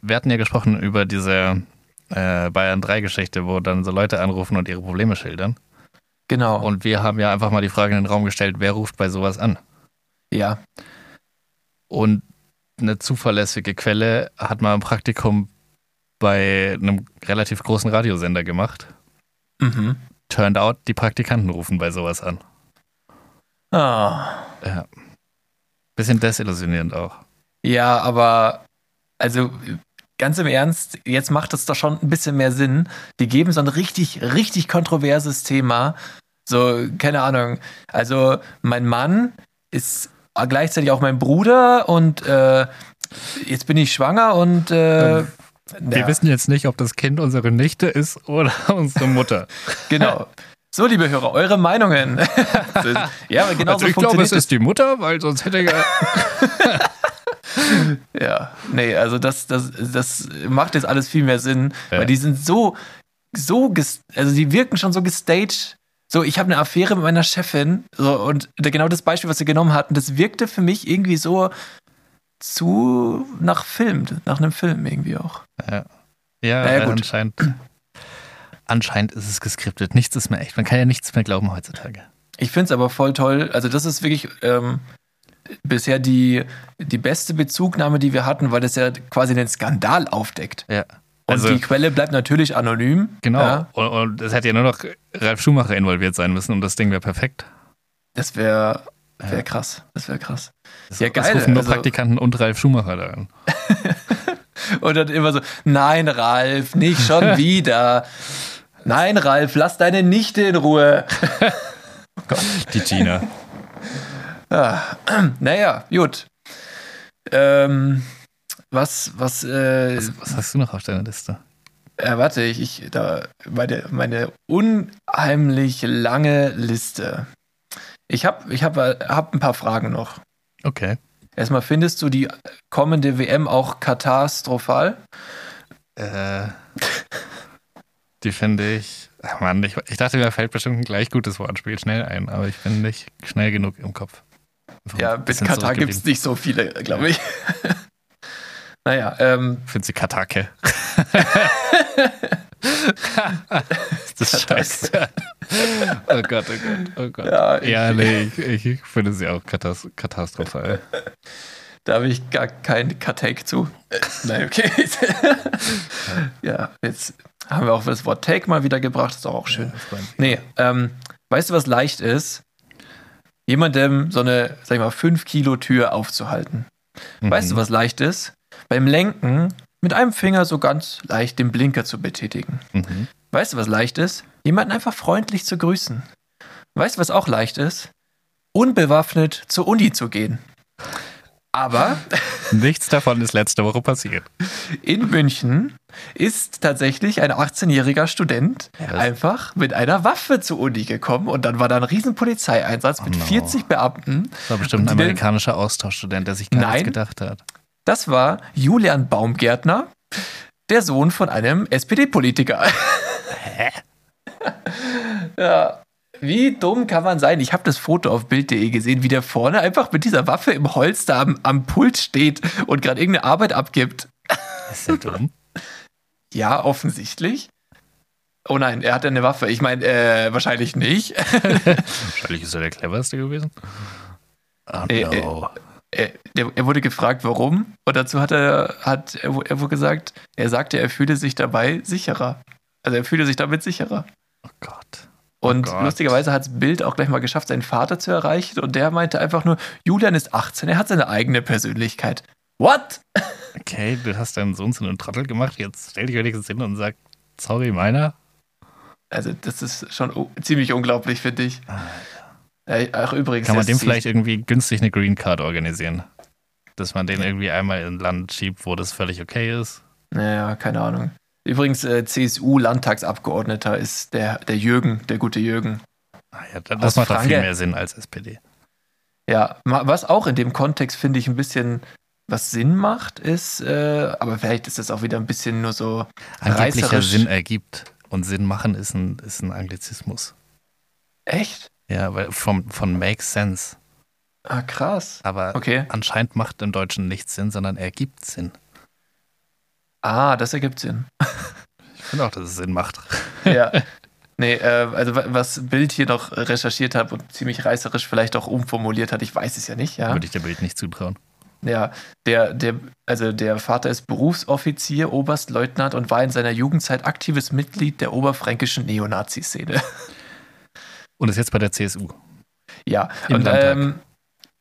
wir hatten ja gesprochen über diese äh, Bayern 3-Geschichte, wo dann so Leute anrufen und ihre Probleme schildern. genau. Und wir haben ja einfach mal die Frage in den Raum gestellt, wer ruft bei sowas an? ja. Und eine zuverlässige Quelle hat mal ein Praktikum bei einem relativ großen Radiosender gemacht. Mhm. Turned out, die Praktikanten rufen bei sowas an. Ah. Ja. Bisschen desillusionierend auch. Ja, aber also ganz im Ernst, jetzt macht es doch schon ein bisschen mehr Sinn. Die geben so ein richtig, richtig kontroverses Thema. So, keine Ahnung. Also, mein Mann ist gleichzeitig auch mein Bruder und äh, jetzt bin ich schwanger und äh, Ähm. ja. Wir wissen jetzt nicht, ob das Kind unsere Nichte ist oder unsere Mutter. Genau. So, liebe Hörer, eure Meinungen. ja, aber genau so Also, ich glaube, funktioniert es ist die Mutter, weil sonst hätte er. das. Ja, nee, also das, das, das macht jetzt alles viel mehr Sinn, Ja. weil die sind so, so, ges- also die wirken schon so gestaged, so, ich habe eine Affäre mit meiner Chefin so, und da- genau das Beispiel, was sie genommen hatten, das wirkte für mich irgendwie so zu nach Film, nach einem Film irgendwie auch. Ja, Naja, äh, gut. anscheinend. Anscheinend ist es geskriptet. Nichts ist mehr echt. Man kann ja nichts mehr glauben heutzutage. Ich finde es aber voll toll. Also, das ist wirklich ähm, bisher die, die beste Bezugnahme, die wir hatten, weil das ja quasi den Skandal aufdeckt. Ja. Und Also, die Quelle bleibt natürlich anonym. genau. Ja, Und, und es hätte ja nur noch Ralf Schumacher involviert sein müssen und das Ding wäre perfekt. das wäre wär Ja. krass. Das wäre krass. Das, Ja, das geil, rufen nur also- Praktikanten und Ralf Schumacher da an. Und dann immer so: Nein, Ralf, nicht schon wieder. Nein, Ralf, lass deine Nichte in Ruhe. Die Gina. Naja, gut. Ähm, was, was, äh, was, was hast du noch auf deiner Liste? Äh, warte, ich, ich da meine, meine unheimlich lange Liste. Ich habe ich hab, äh, hab ein paar Fragen noch. Okay. Erstmal findest du die kommende WM auch katastrophal? Äh, die finde ich. Ach Mann, ich, ich dachte, mir fällt bestimmt ein gleich gutes Wortspiel schnell ein, aber ich bin nicht schnell genug im Kopf. Einfach Ja, ein bis bisschen Katar gibt zurückgeblieben. es nicht so viele, glaube ich. naja, ähm, Ich finde sie Katake. das Katake. ist scheiße. Oh Gott, oh Gott, oh Gott. Ja, ich- nee, ich, ich, ich finde sie auch katas katastrophal. da habe ich gar kein Cut-Take zu. Äh, Nein, okay. ja, jetzt haben wir auch das Wort Take mal wieder gebracht. Ist doch auch schön. Nee, ähm, weißt du, was leicht ist? Jemandem so eine, sag ich mal, 5 Kilo Tür aufzuhalten. Weißt du, was leicht ist? Beim Lenken mit einem Finger so ganz leicht den Blinker zu betätigen. Mhm. Weißt du, was leicht ist? Jemanden einfach freundlich zu grüßen. Weißt du, was auch leicht ist? Unbewaffnet zur Uni zu gehen. Aber Nichts davon ist letzte Woche passiert. in München ist tatsächlich ein 18-jähriger Student das- einfach mit einer Waffe zur Uni gekommen und dann war da ein riesen Polizeieinsatz mit Oh no. 40 Beamten. Das war bestimmt ein Und die- amerikanischer Austauschstudent, der sich gar Nein. nichts gedacht hat. Das war Julian Baumgärtner, der Sohn von einem SPD-Politiker. Hä? ja. Wie dumm kann man sein? Ich habe das Foto auf Bild.de gesehen, wie der vorne einfach mit dieser Waffe im Holster am, am Pult steht und gerade irgendeine Arbeit abgibt. Ist der dumm? Ja, offensichtlich. Oh nein, er hatte eine Waffe. Ich meine, äh, wahrscheinlich nicht. Wahrscheinlich ist er der cleverste gewesen. Oh Äh, äh, no. Er, der, er wurde gefragt, warum. Und dazu hat er, hat er, er wurde gesagt, er sagte, er fühle sich dabei sicherer. Also er fühle sich damit sicherer. Oh Gott. Und Gott. lustigerweise hat das Bild auch gleich mal geschafft, seinen Vater zu erreichen. Und der meinte einfach nur, Julian ist 18, er hat seine eigene Persönlichkeit. What? Okay, du hast deinen Sohn zu einem Trottel gemacht, jetzt stell dich wenigstens hin und sag, sorry, meiner. Also das ist schon u- ziemlich unglaublich, finde ich. Äh, Ach, übrigens. Kann man jetzt dem die- vielleicht irgendwie günstig eine Green Card organisieren? Dass man den irgendwie einmal in ein Land schiebt, wo das völlig okay ist. Naja, keine Ahnung. Übrigens, äh, CSU-Landtagsabgeordneter ist der, der Jürgen, der gute Jürgen. Ah ja, das Aus macht doch viel Franke- mehr Sinn als SPD. Ja, ma- was auch in dem Kontext, finde ich, ein bisschen was Sinn macht, ist, äh, aber vielleicht ist das auch wieder ein bisschen nur so Angeblicher reißerisch. Sinn ergibt und Sinn machen ist ein, ist ein Anglizismus. Echt? Ja, weil vom, von makes sense. Ah, krass. Aber Okay. anscheinend macht im Deutschen nichts Sinn, sondern ergibt Sinn. Ah, das ergibt Sinn. Ich finde auch, dass es Sinn macht. Ja. Nee, äh, also wa- was Bild hier noch recherchiert hat und ziemlich reißerisch vielleicht auch umformuliert hat, ich weiß es ja nicht, ja. Würde ich dem Bild nicht zutrauen. Ja, der, der, also der Vater ist Berufsoffizier, Oberstleutnant und war in seiner Jugendzeit aktives Mitglied der oberfränkischen Neonazi-Szene. Und ist jetzt bei der CSU. Ja, Im und, Landtag. ähm,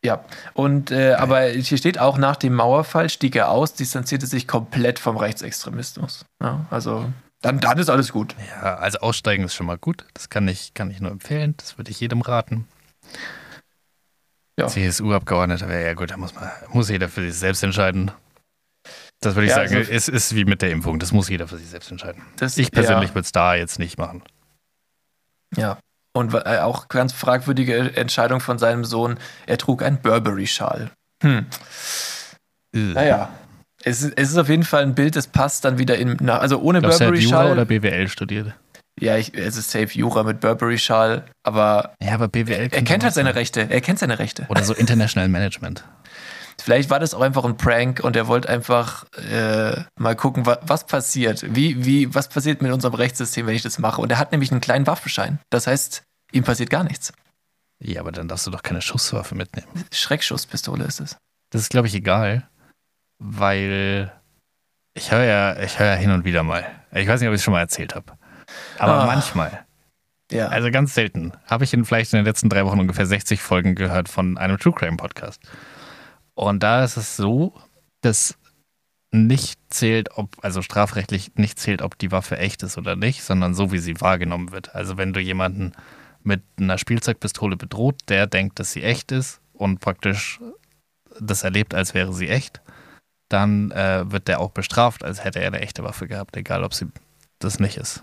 ja. und äh, aber hier steht auch, nach dem Mauerfall stieg er aus, distanzierte sich komplett vom Rechtsextremismus. Ja, also dann, dann ist alles gut. Ja, also aussteigen ist schon mal gut. Das kann ich, kann ich nur empfehlen. Das würde ich jedem raten. Ja. CSU-Abgeordneter wäre ja gut, da muss, man, muss jeder für sich selbst entscheiden. Das würde ich Ja, sagen, also- es ist wie mit der Impfung. Das muss jeder für sich selbst entscheiden. Das, Ich persönlich würde es da jetzt nicht machen. Ja, ja. Und äh, auch ganz fragwürdige Entscheidung von seinem Sohn, er trug einen Burberry-Schal. Hm. Ah, Naja. Es ist, es ist auf jeden Fall ein Bild, das passt dann wieder in. Na, also ohne Glaubst du, er hat Jura Burberry-Schal. oder BWL studiert? Ja, ich, es ist safe Jura mit Burberry-Schal, aber Ja, aber BWL. er kennt halt seine Rechte. Er kennt seine Rechte. Oder so International Management. Vielleicht war das auch einfach ein Prank und er wollte einfach äh, mal gucken, wa was passiert. Wie, wie, was passiert mit unserem Rechtssystem, wenn ich das mache? Und er hat nämlich einen kleinen Waffenschein. Das heißt, ihm passiert gar nichts. Ja, aber dann darfst du doch keine Schusswaffe mitnehmen. Schreckschusspistole ist es. Das ist, glaube ich, egal, weil ich höre ja, ich höre ja hin und wieder mal. Ich weiß nicht, ob ich es schon mal erzählt habe. Aber Ah. manchmal, Ja. also ganz selten, habe ich in vielleicht in den letzten drei Wochen ungefähr 60 Folgen gehört von einem True Crime Podcast. Und da ist es so, dass nicht zählt, ob, also strafrechtlich nicht zählt, ob die Waffe echt ist oder nicht, sondern so, wie sie wahrgenommen wird. Also wenn du jemanden mit einer Spielzeugpistole bedroht, der denkt, dass sie echt ist und praktisch das erlebt, als wäre sie echt, dann äh, wird der auch bestraft, als hätte er eine echte Waffe gehabt, egal ob sie das nicht ist.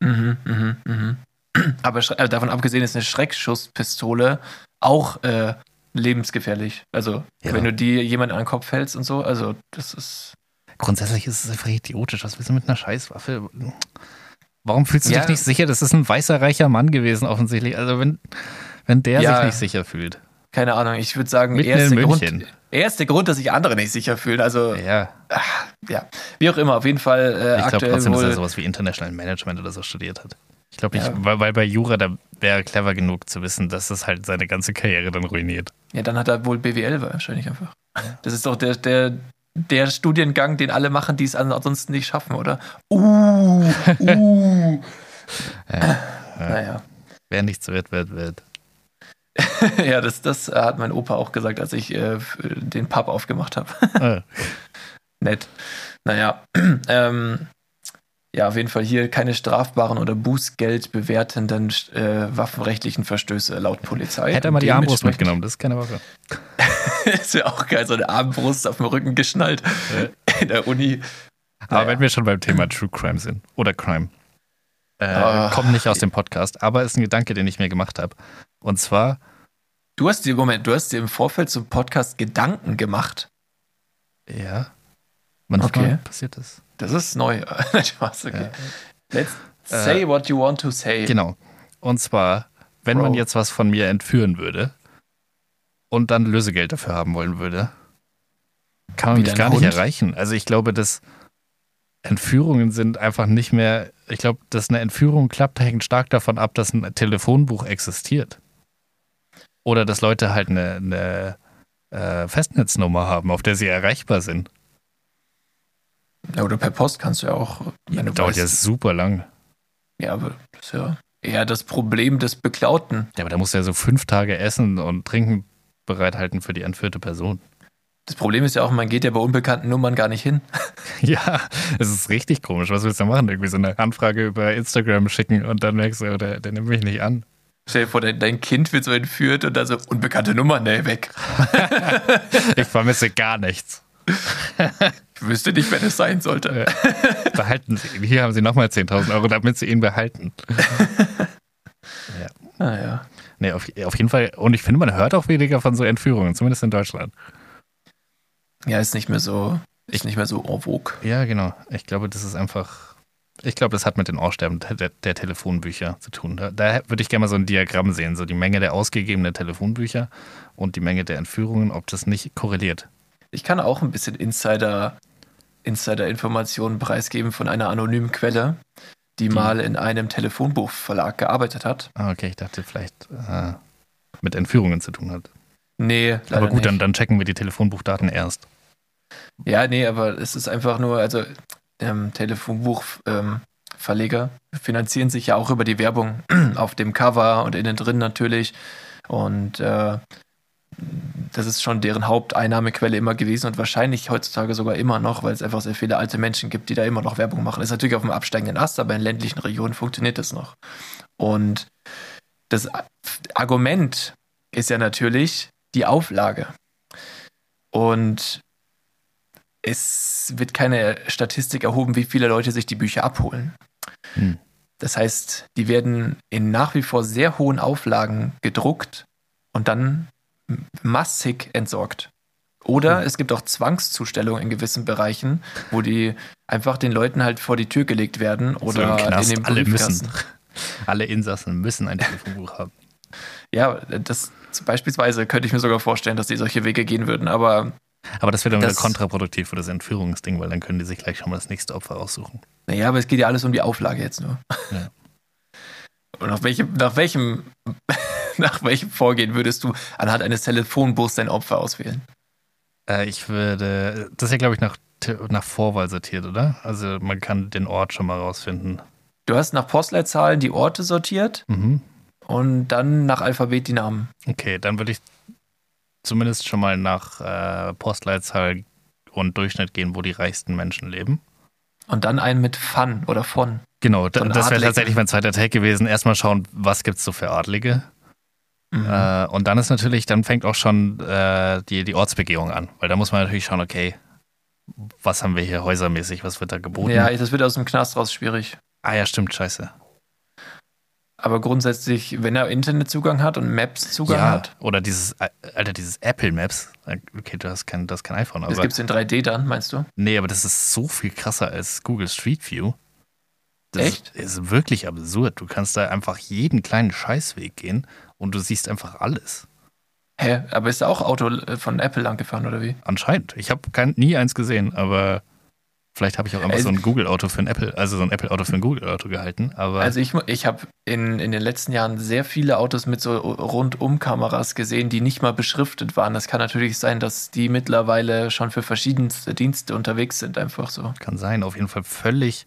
Mhm, mhm, mhm. Aber Schre- also davon abgesehen ist eine Schreckschusspistole auch äh, lebensgefährlich. Also, Ja. wenn du die jemand an den Kopf hältst und so, also, das ist. Grundsätzlich ist es einfach idiotisch. Was willst du mit einer Scheißwaffe? Warum fühlst du Ja. dich nicht sicher? Das ist ein weißer, reicher Mann gewesen, offensichtlich. Also, wenn, wenn der Ja. sich nicht sicher fühlt. Keine Ahnung, ich würde sagen, Mitten er ist in der München. Grund, er ist der Grund, dass sich andere nicht sicher fühlen. Also, Ja, wie auch immer, auf jeden Fall äh, ich glaube aktuell trotzdem, dass er wohl. sowas wie International Management oder so studiert hat. Ich glaube nicht, Ja. weil, weil bei Jura, da wäre er clever genug zu wissen, dass das halt seine ganze Karriere dann ruiniert. Ja, dann hat er wohl BWL wahrscheinlich einfach. Das ist doch der, der, der Studiengang, den alle machen, die es ansonsten nicht schaffen, oder? Uh, uh. Naja. Wer nichts wird, wird, wird. Ja, das, das äh, hat mein Opa auch gesagt, als ich äh, f- den Pub aufgemacht habe. Ah. Nett. Naja, ähm, ja, auf jeden Fall hier keine strafbaren oder bußgeldbewertenden äh, waffenrechtlichen Verstöße laut Polizei. Hätte er mal die Armbrust Dementsprechend- mitgenommen, das ist keine Waffe. ist ja auch geil, so eine Armbrust auf dem Rücken geschnallt in der Uni. Aber Naja. wenn wir schon beim Thema True Crime sind oder Crime, äh, Ah. kommt nicht aus dem Podcast, aber ist ein Gedanke, den ich mir gemacht habe. Und zwar, Du hast dir, Moment, du hast dir im Vorfeld zum Podcast Gedanken gemacht. ja, manchmal Okay. passiert das. Das ist neu. Nein, Spaß, okay. Let's Äh, say what you want to say. Genau. Und zwar, wenn Bro. man jetzt was von mir entführen würde und dann Lösegeld dafür haben wollen würde, kann man Wie mich dein gar Hund? nicht erreichen. Also ich glaube, dass Entführungen sind einfach nicht mehr, ich glaube, dass eine Entführung klappt, hängt stark davon ab, dass ein Telefonbuch existiert. Oder dass Leute halt eine, eine äh, Festnetznummer haben, auf der sie erreichbar sind. Ja, oder per Post kannst du ja auch. wenn du Dauert weißt- ja super lang. Ja, aber das ist ja eher das Problem des Beklauten. Ja, aber da musst du ja so fünf Tage Essen und Trinken bereithalten für die entführte Person. Das Problem ist ja auch, man geht ja bei unbekannten Nummern gar nicht hin. Ja, es ist richtig komisch. Was willst du machen? Irgendwie so eine Anfrage über Instagram schicken und dann merkst du, oh, der, der nimmt mich nicht an. Stell dir vor, dein, dein Kind wird so entführt und dann so, unbekannte Nummer, ne, weg. Ich vermisse gar nichts. Ich wüsste nicht, wer das sein sollte. Behalten Sie ihn. Hier haben Sie nochmal 10.000 Euro, damit Sie ihn behalten. Naja. Nee, auf, auf jeden Fall. Und ich finde, man hört auch weniger von so Entführungen, zumindest in Deutschland. Ja, ist nicht mehr so, ist nicht mehr so en vogue. Ja, genau. Ich glaube, das ist einfach. Ich glaube, das hat mit den Aussterben te- der, der Telefonbücher zu tun. Da, da würde ich gerne mal so ein Diagramm sehen, so die Menge der ausgegebenen Telefonbücher und die Menge der Entführungen, ob das nicht korreliert. Ich kann auch ein bisschen Insider, Insider-Informationen preisgeben von einer anonymen Quelle, die mal in einem Telefonbuchverlag gearbeitet hat. Ah, okay, ich dachte vielleicht äh, mit Entführungen zu tun hat. Nee, leider aber gut, nicht. dann, dann checken wir die Telefonbuchdaten erst. Ja, nee, aber es ist einfach nur, also ähm, Telefonbuchverleger ähm, Verleger finanzieren sich ja auch über die Werbung auf dem Cover und innen drin natürlich. Und äh, das ist schon deren Haupteinnahmequelle immer gewesen und wahrscheinlich heutzutage sogar immer noch, weil es einfach sehr viele alte Menschen gibt, die da immer noch Werbung machen. Ist natürlich auf dem absteigenden Ast, aber in ländlichen Regionen funktioniert das noch. Und das A- Argument ist ja natürlich die Auflage. Und es wird keine Statistik erhoben, wie viele Leute sich die Bücher abholen. Hm. Das heißt, die werden in nach wie vor sehr hohen Auflagen gedruckt und dann m- Hm. massig entsorgt. Oder es gibt auch Zwangszustellungen in gewissen Bereichen, wo die einfach den Leuten halt vor die Tür gelegt werden So Also im oder Knast. in den Alle Briefkasten. müssen. Alle Insassen müssen ein Telefonbuch haben. Ja, das beispielsweise könnte ich mir sogar vorstellen, dass die solche Wege gehen würden, aber Aber das wäre dann wieder Das- kontraproduktiv für das Entführungsding, weil dann können die sich gleich schon mal das nächste Opfer aussuchen. naja, aber es geht ja alles um die Auflage jetzt nur. Ja. Und nach welchem, nach welchem, nach welchem Vorgehen würdest du anhand eines Telefonbuchs dein Opfer auswählen? Äh, ich würde, das ist ja glaube ich nach, Te- nach Vorwahl sortiert, oder? Also man kann den Ort schon mal rausfinden. Du hast nach Postleitzahlen die Orte sortiert Mhm. und dann nach Alphabet die Namen. Okay, dann würde ich zumindest schon mal nach äh, Postleitzahl und Durchschnitt gehen, wo die reichsten Menschen leben. Und dann einen mit Fun oder von. Genau, da, Von das wäre Adligen. tatsächlich mein zweiter Tag gewesen. Erstmal schauen, was gibt es so für Adlige. Mhm. Äh, und dann ist natürlich, dann fängt auch schon äh, die, die Ortsbegehung an, weil da muss man natürlich schauen, okay, was haben wir hier häusermäßig, was wird da geboten? Ja, das wird aus dem Knast raus schwierig. ah ja, stimmt, scheiße. Aber grundsätzlich, wenn er Internetzugang hat und Maps-Zugang Ja, hat, oder dieses, äh, Alter, dieses Apple Maps. Okay, du hast kein, du hast kein iPhone, das aber. gibt es in 3D dann, meinst du? Nee, aber das ist so viel krasser als Google Street View. Das Echt? ist wirklich absurd. Du kannst da einfach jeden kleinen Scheißweg gehen und du siehst einfach alles. Hä, aber ist da auch Auto äh, von Apple lang gefahren oder wie? Anscheinend. Ich habe nie eins gesehen, aber vielleicht habe ich auch einfach Ey, so ein Google-Auto für ein Apple, also so ein Apple-Auto für ein Google-Auto gehalten. Aber Also ich, mu- ich habe in, in den letzten Jahren sehr viele Autos mit so Rundumkameras gesehen, die nicht mal beschriftet waren. Das kann natürlich sein, dass die mittlerweile schon für verschiedenste Dienste unterwegs sind, einfach so. kann sein. Auf jeden Fall völlig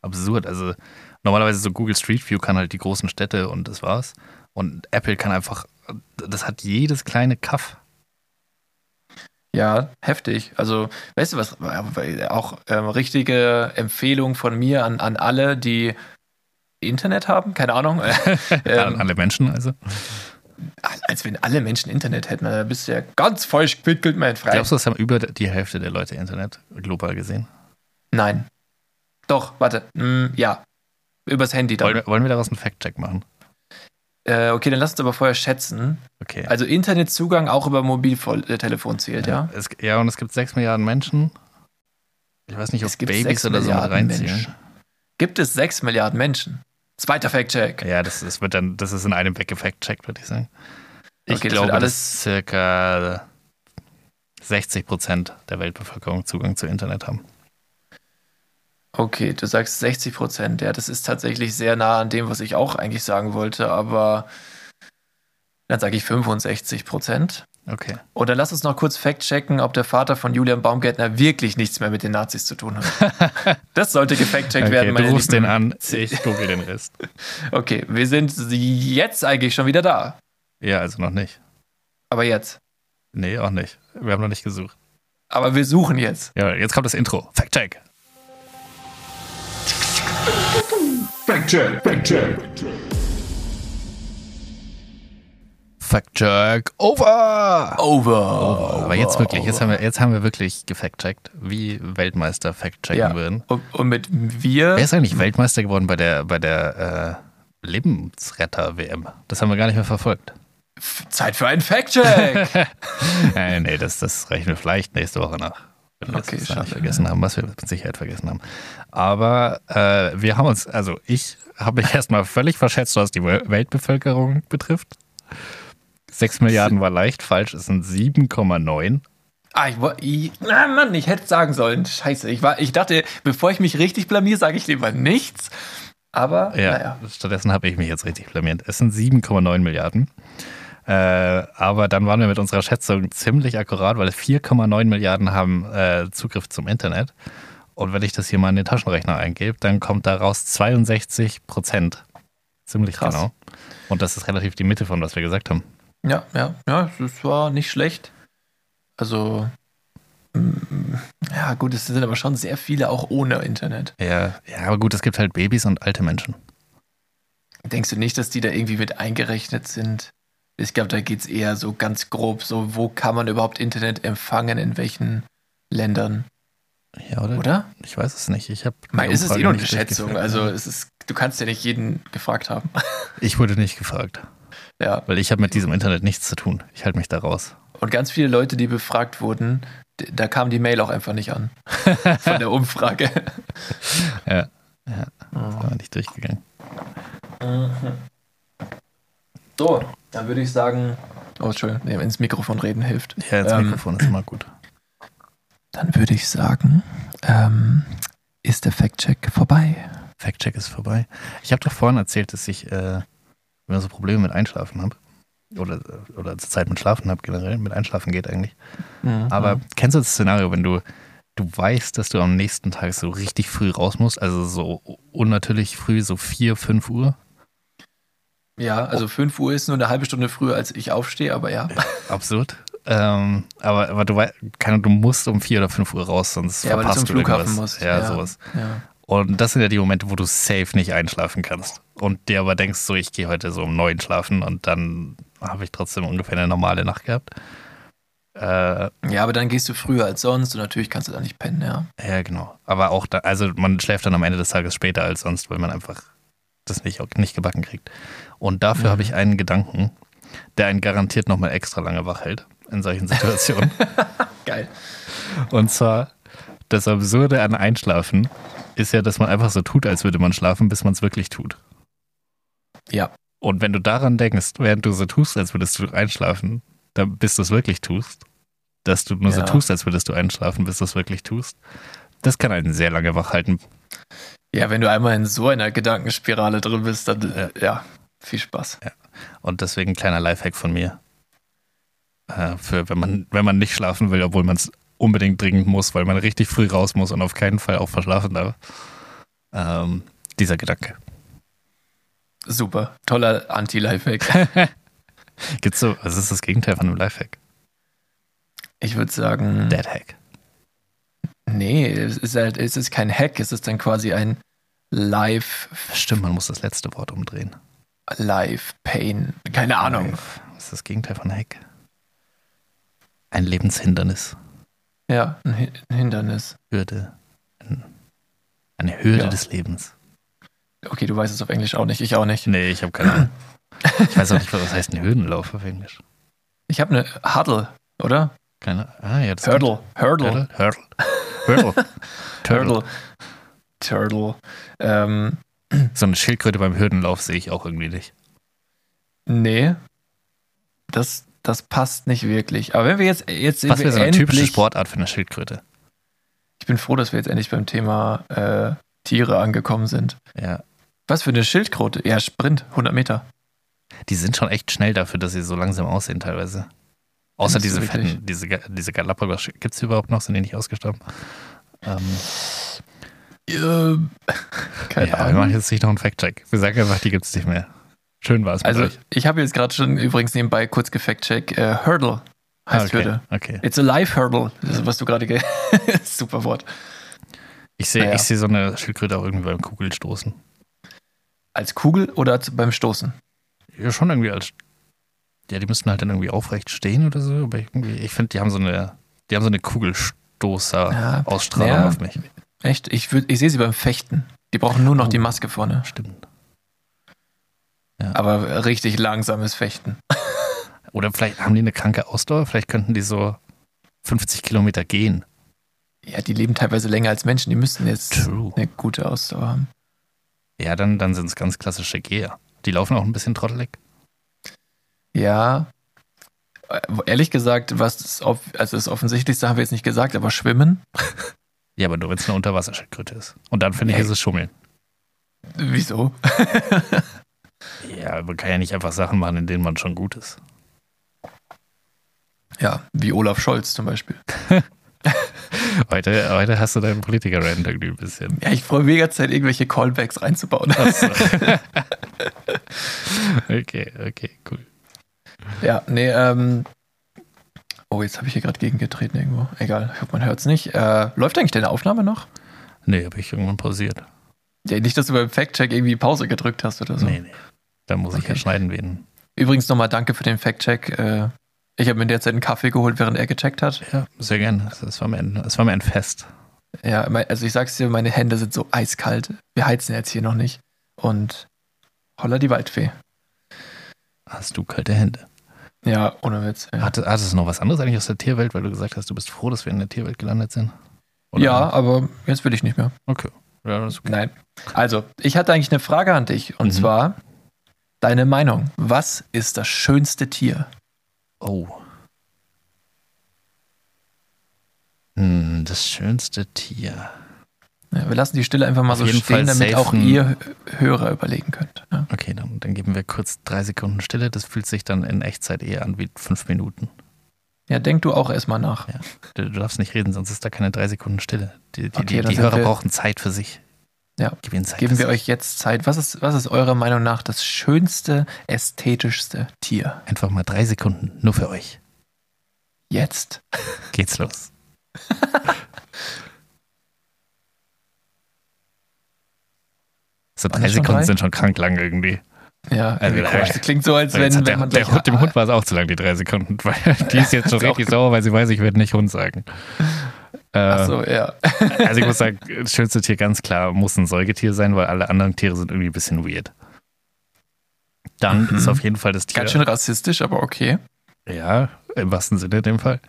absurd. Also normalerweise so Google Street View kann halt die großen Städte und das war's. Und Apple kann einfach, das hat jedes kleine Kaff. Ja, heftig. Also, weißt du was, äh, auch ähm, richtige Empfehlung von mir an, an alle, die Internet haben, keine Ahnung. Äh, an alle Menschen also. als wenn alle Menschen Internet hätten, da bist du ja ganz falsch gepickelt, mein Freund. Glaubst du, das haben über die Hälfte der Leute Internet global gesehen? Nein. Doch, warte. Hm, ja. Übers Handy dann. Wollen, wollen wir daraus einen Fact-Check machen? Äh, okay, dann lass uns aber vorher schätzen. Okay. Also Internetzugang auch über Mobiltelefon zählt, ja? Es, ja, und es gibt sechs Milliarden Menschen. Ich weiß nicht, ob Es gibt Babys sechs oder so mal Milliarden reinziehen. Menschen. Gibt es 6 Milliarden Menschen? Zweiter Fact-Check. Ja, das, das wird dann, das ist in einem weggefackt-checkt, würde ich sagen. Ich Okay, das glaube, wird alles- dass circa 60 Prozent der Weltbevölkerung Zugang zu Internet haben. Okay, du sagst 60 Prozent. Ja, das ist tatsächlich sehr nah an dem, was ich auch eigentlich sagen wollte, aber dann sage ich 65 Prozent. Okay. Oder lass uns noch kurz fact-checken, ob der Vater von Julian Baumgärtner wirklich nichts mehr mit den Nazis zu tun hat. Das sollte gefact-checkt okay werden, du meine rufst Lieben. den an, ich google den Rest. Okay, wir sind jetzt eigentlich schon wieder da. Ja, also noch nicht. Aber jetzt. Nee, auch nicht. Wir haben noch nicht gesucht. Aber wir suchen jetzt. Ja, jetzt kommt das Intro. Fact-Check. Fact-Check, Fact-Check. Fact-Check over! Over. Aber jetzt wirklich, jetzt haben wir, jetzt haben wir wirklich gefact-checkt, wie Weltmeister fact-checken Ja. würden. Und, und mit wir. Wer ist eigentlich Weltmeister geworden bei der, bei der äh, Lebensretter-WM? Das haben wir gar nicht mehr verfolgt. Zeit für einen Fact-Check. Äh, nee, das, das rechnen wir vielleicht nächste Woche nach. Wenn wir Okay, das da nicht schade. vergessen haben, was wir mit Sicherheit vergessen haben. Aber äh, wir haben uns, also ich habe mich erstmal völlig verschätzt, was die Wel- Weltbevölkerung betrifft. 6 Milliarden war leicht falsch, es sind 7,9. ah, ich, woll- ich, na Mann, ich hätte sagen sollen. Scheiße. Ich, war, ich dachte, bevor ich mich richtig blamier, sage ich lieber nichts. Aber, Ja, naja. stattdessen habe ich mich jetzt richtig blamiert. Es sind 7,9 Milliarden. Äh, aber dann waren wir mit unserer Schätzung ziemlich akkurat, weil 4,9 Milliarden haben äh, Zugriff zum Internet. Und wenn ich das hier mal in den Taschenrechner eingebe, dann kommt daraus 62 Prozent. Ziemlich Krass. genau. Und das ist relativ die Mitte von, was wir gesagt haben. Ja, ja, ja, das war nicht schlecht. Also, mm, ja, gut, es sind aber schon sehr viele auch ohne Internet. Ja, ja aber gut, es gibt halt Babys und alte Menschen. Denkst du nicht, dass die da irgendwie mit eingerechnet sind? Ich glaube, da geht es eher so ganz grob, so wo kann man überhaupt Internet empfangen, in welchen Ländern, Ja, oder? oder? Ich weiß es nicht. Ich habe. Mein, es ist eh nur eine Schätzung, also es ist, du kannst ja nicht jeden gefragt haben. Ich wurde nicht gefragt, ja. weil ich habe mit diesem Internet nichts zu tun. Ich halte mich da raus. Und ganz viele Leute, die befragt wurden, da kam die Mail auch einfach nicht an. Von der Umfrage. Ja. ja. Das war nicht durchgegangen. Mhm. So, dann würde ich sagen. Oh, Entschuldigung, nee, ins Mikrofon reden hilft. Ja, das Ähm, Mikrofon ist immer gut. Dann würde ich sagen, ähm, ist der Fact-Check vorbei. Fact-Check ist vorbei. Ich habe doch vorhin erzählt, dass ich äh, immer so Probleme mit Einschlafen habe. Oder, oder zur Zeit mit Schlafen habe generell. Mit Einschlafen geht eigentlich. Aber kennst du das Szenario, wenn du, du weißt, dass du am nächsten Tag so richtig früh raus musst? Also so unnatürlich früh, so 4, 5 Uhr? ja, Oh. also 5 Uhr ist nur eine halbe Stunde früher, als ich aufstehe, aber ja. Absurd. Ähm, aber, aber du weißt, keine, Ahnung, du musst um 4 oder 5 Uhr raus, sonst Ja, weil du verpasst zum du irgendwas. Flughafen musst. Ja, Ja. sowas. ja. Und das sind ja die Momente, wo du safe nicht einschlafen kannst. Und dir aber denkst, so, ich gehe heute so um neun schlafen und dann habe ich trotzdem ungefähr eine normale Nacht gehabt. Äh, ja, aber dann gehst du früher als sonst und natürlich kannst du da nicht pennen, ja. ja, genau. Aber auch da, also man schläft dann am Ende des Tages später als sonst, weil man einfach das nicht, nicht gebacken kriegt. Und dafür habe ich einen Gedanken, der einen garantiert nochmal extra lange wach hält in solchen Situationen. Geil. Und zwar, das Absurde an Einschlafen ist ja, dass man einfach so tut, als würde man schlafen, bis man es wirklich tut. Ja. Und wenn du daran denkst, während du so tust, als würdest du einschlafen, dann bis du es wirklich tust, dass du nur so Ja. tust, als würdest du einschlafen, bis du es wirklich tust, das kann einen sehr lange wach halten. Ja, wenn du einmal in so einer Gedankenspirale drin bist, dann äh, ja, viel Spaß. Und deswegen ein kleiner Lifehack von mir. Äh, für wenn man, wenn man nicht schlafen will, obwohl man es unbedingt dringend muss, weil man richtig früh raus muss und auf keinen Fall auch verschlafen darf. Ähm, dieser Gedanke. Super. Toller Anti-Lifehack. Gibt's so, was ist das Gegenteil von einem Lifehack? Ich würde sagen, Deadhack. nee, es ist halt, es ist kein Hack, es ist dann quasi ein Life, Stimmt, man muss das letzte Wort umdrehen. Life Pain. Keine Ahnung. Life. Was ist das Gegenteil von Hack? Ein Lebenshindernis. Ja, ein Hi- ein Hindernis. Hürde. Ein, eine Hürde Ja. des Lebens. Okay, du weißt es auf Englisch auch nicht, ich auch nicht. Nee, ich habe keine Ahnung. Ich weiß auch nicht, was heißt ein Hürdenlauf auf Englisch. Ich habe eine Huddle, oder? Keine Ah, ja, das Hurdle. Hurdle. Hurdle. Hurdle. Hurdle. Turtle. Turtle. Ähm, So eine Schildkröte beim Hürdenlauf sehe ich auch irgendwie nicht. nee. Das, das passt nicht wirklich. Aber wenn wir jetzt, jetzt sind Was wir wäre so eine endlich, typische Sportart für eine Schildkröte? Ich bin froh, dass wir jetzt endlich beim Thema äh, Tiere angekommen sind. Ja. Was für eine Schildkröte? Ja, Sprint, 100 Meter. Die sind schon echt schnell dafür, dass sie so langsam aussehen teilweise. Außer Findest diese du wirklich? fetten, diese, Ga- diese Galapagos. Gibt es die überhaupt noch? Sind die nicht ausgestorben? Ähm, Ähm, Keine ja, wir Ahnung. machen jetzt nicht noch einen Fact-Check. Wir sagen einfach, die gibt es nicht mehr. Schön war es mit Also, euch. ich habe jetzt gerade schon übrigens nebenbei kurz gefact-check. Äh, Hurdle heißt Ah, okay. Hürde. Okay. It's a life hurdle, das ist, was du gerade. Ge Super Wort. Ich sehe Naja. ich sehe so eine Schildkröte auch irgendwie beim Kugelstoßen. Als Kugel oder zu, beim Stoßen? Ja, schon irgendwie als. Ja, die müssten halt dann irgendwie aufrecht stehen oder so. Aber irgendwie, ich finde, die haben so eine, die haben so eine Ja, Kugelstoßer-Ausstrahlung naja. auf mich. Echt? Ich, würd- ich sehe sie beim Fechten. Die brauchen nur noch die Maske vorne. Stimmt. Aber richtig langsames Fechten. Oder vielleicht haben die eine kranke Ausdauer, vielleicht könnten die so 50 Kilometer gehen. Ja, die leben teilweise länger als Menschen. Die müssten jetzt True. eine gute Ausdauer haben. Ja, dann, dann sind es ganz klassische Geher. Die laufen auch ein bisschen trottelig. Ja. Äh, Ehrlich gesagt, was das, off- also das Offensichtlichste haben wir jetzt nicht gesagt, aber Schwimmen. Ja, aber nur wenn es eine Unterwasserschildkröte ist. Und dann finde ich, Ey. ist es Schummeln. Wieso? Ja, man kann ja nicht einfach Sachen machen, in denen man schon gut ist. Ja, wie Olaf Scholz zum Beispiel. Heute, heute hast du deinen Politiker-Rand irgendwie ein bisschen. Ja, ich freue mega Zeit, irgendwelche Callbacks reinzubauen. Okay, okay, cool. ja, nee, ähm. Oh, jetzt habe ich hier gerade gegengetreten irgendwo. Egal, ich hoffe, man hört es nicht. Äh, läuft eigentlich deine Aufnahme noch? Nee, habe ich irgendwann pausiert. Ja, nicht, dass du beim Fact-Check irgendwie Pause gedrückt hast oder so. Nee, nee. Da muss ich Okay. ja schneiden wen. Übrigens nochmal danke für den Fact-Check. Äh, ich habe mir in der Zeit einen Kaffee geholt, während er gecheckt hat. Ja, sehr gerne. Es war, mir ein- es war mir ein Fest. Ja, mein- also ich sag's dir, meine Hände sind so eiskalt. Wir heizen jetzt hier noch nicht. Und holla die Waldfee. Hast du kalte Hände? Ja, ohne Witz. Ja, Hat, hat es noch was anderes eigentlich aus der Tierwelt, weil du gesagt hast, du bist froh, dass wir in der Tierwelt gelandet sind? Oder- ja aber jetzt will ich nicht mehr. Okay. Ja, das ist okay. Nein. Also, ich hatte eigentlich eine Frage an dich. Und Mhm. zwar deine Meinung. Was ist das schönste Tier? Oh. Hm, das schönste Tier. Ja, wir lassen die Stille einfach mal Auf so jeden stehen, Fall damit safe auch ein- ihr Hörer überlegen könnt. Ja. Okay, dann, dann geben wir kurz drei Sekunden Stille. Das fühlt sich dann in Echtzeit eher an wie fünf Minuten. ja, denk du auch erstmal nach. Ja. Du, du darfst nicht reden, sonst ist da keine drei Sekunden Stille. Die, die, Okay, die, dann die sind Hörer wir- brauchen Zeit für sich. Ja. Gib ihnen Zeit. Geben für wir sich. euch jetzt Zeit. Was ist, was ist eurer Meinung nach das schönste, ästhetischste Tier? Einfach mal drei Sekunden, nur für euch. Jetzt. Geht's los. So Waren drei das schon Sekunden drei? sind schon krank lang irgendwie. Ja, Also, irgendwie komisch. äh, Das klingt so, als Jetzt wenn, hat wenn der, man der gleich- Hund, dem Hund war es auch zu lang, die drei Sekunden, weil die ist jetzt schon Ist auch richtig sauer, weil sie weiß, ich werde nicht Hund sagen. Äh, Ach so, ja. Also ich muss sagen, das schönste Tier ganz klar muss ein Säugetier sein, weil alle anderen Tiere sind irgendwie ein bisschen weird. Dann ist auf jeden Fall das Tier. Mhm. Ganz schön rassistisch, aber okay. Ja, im wahrsten Sinne in dem Fall.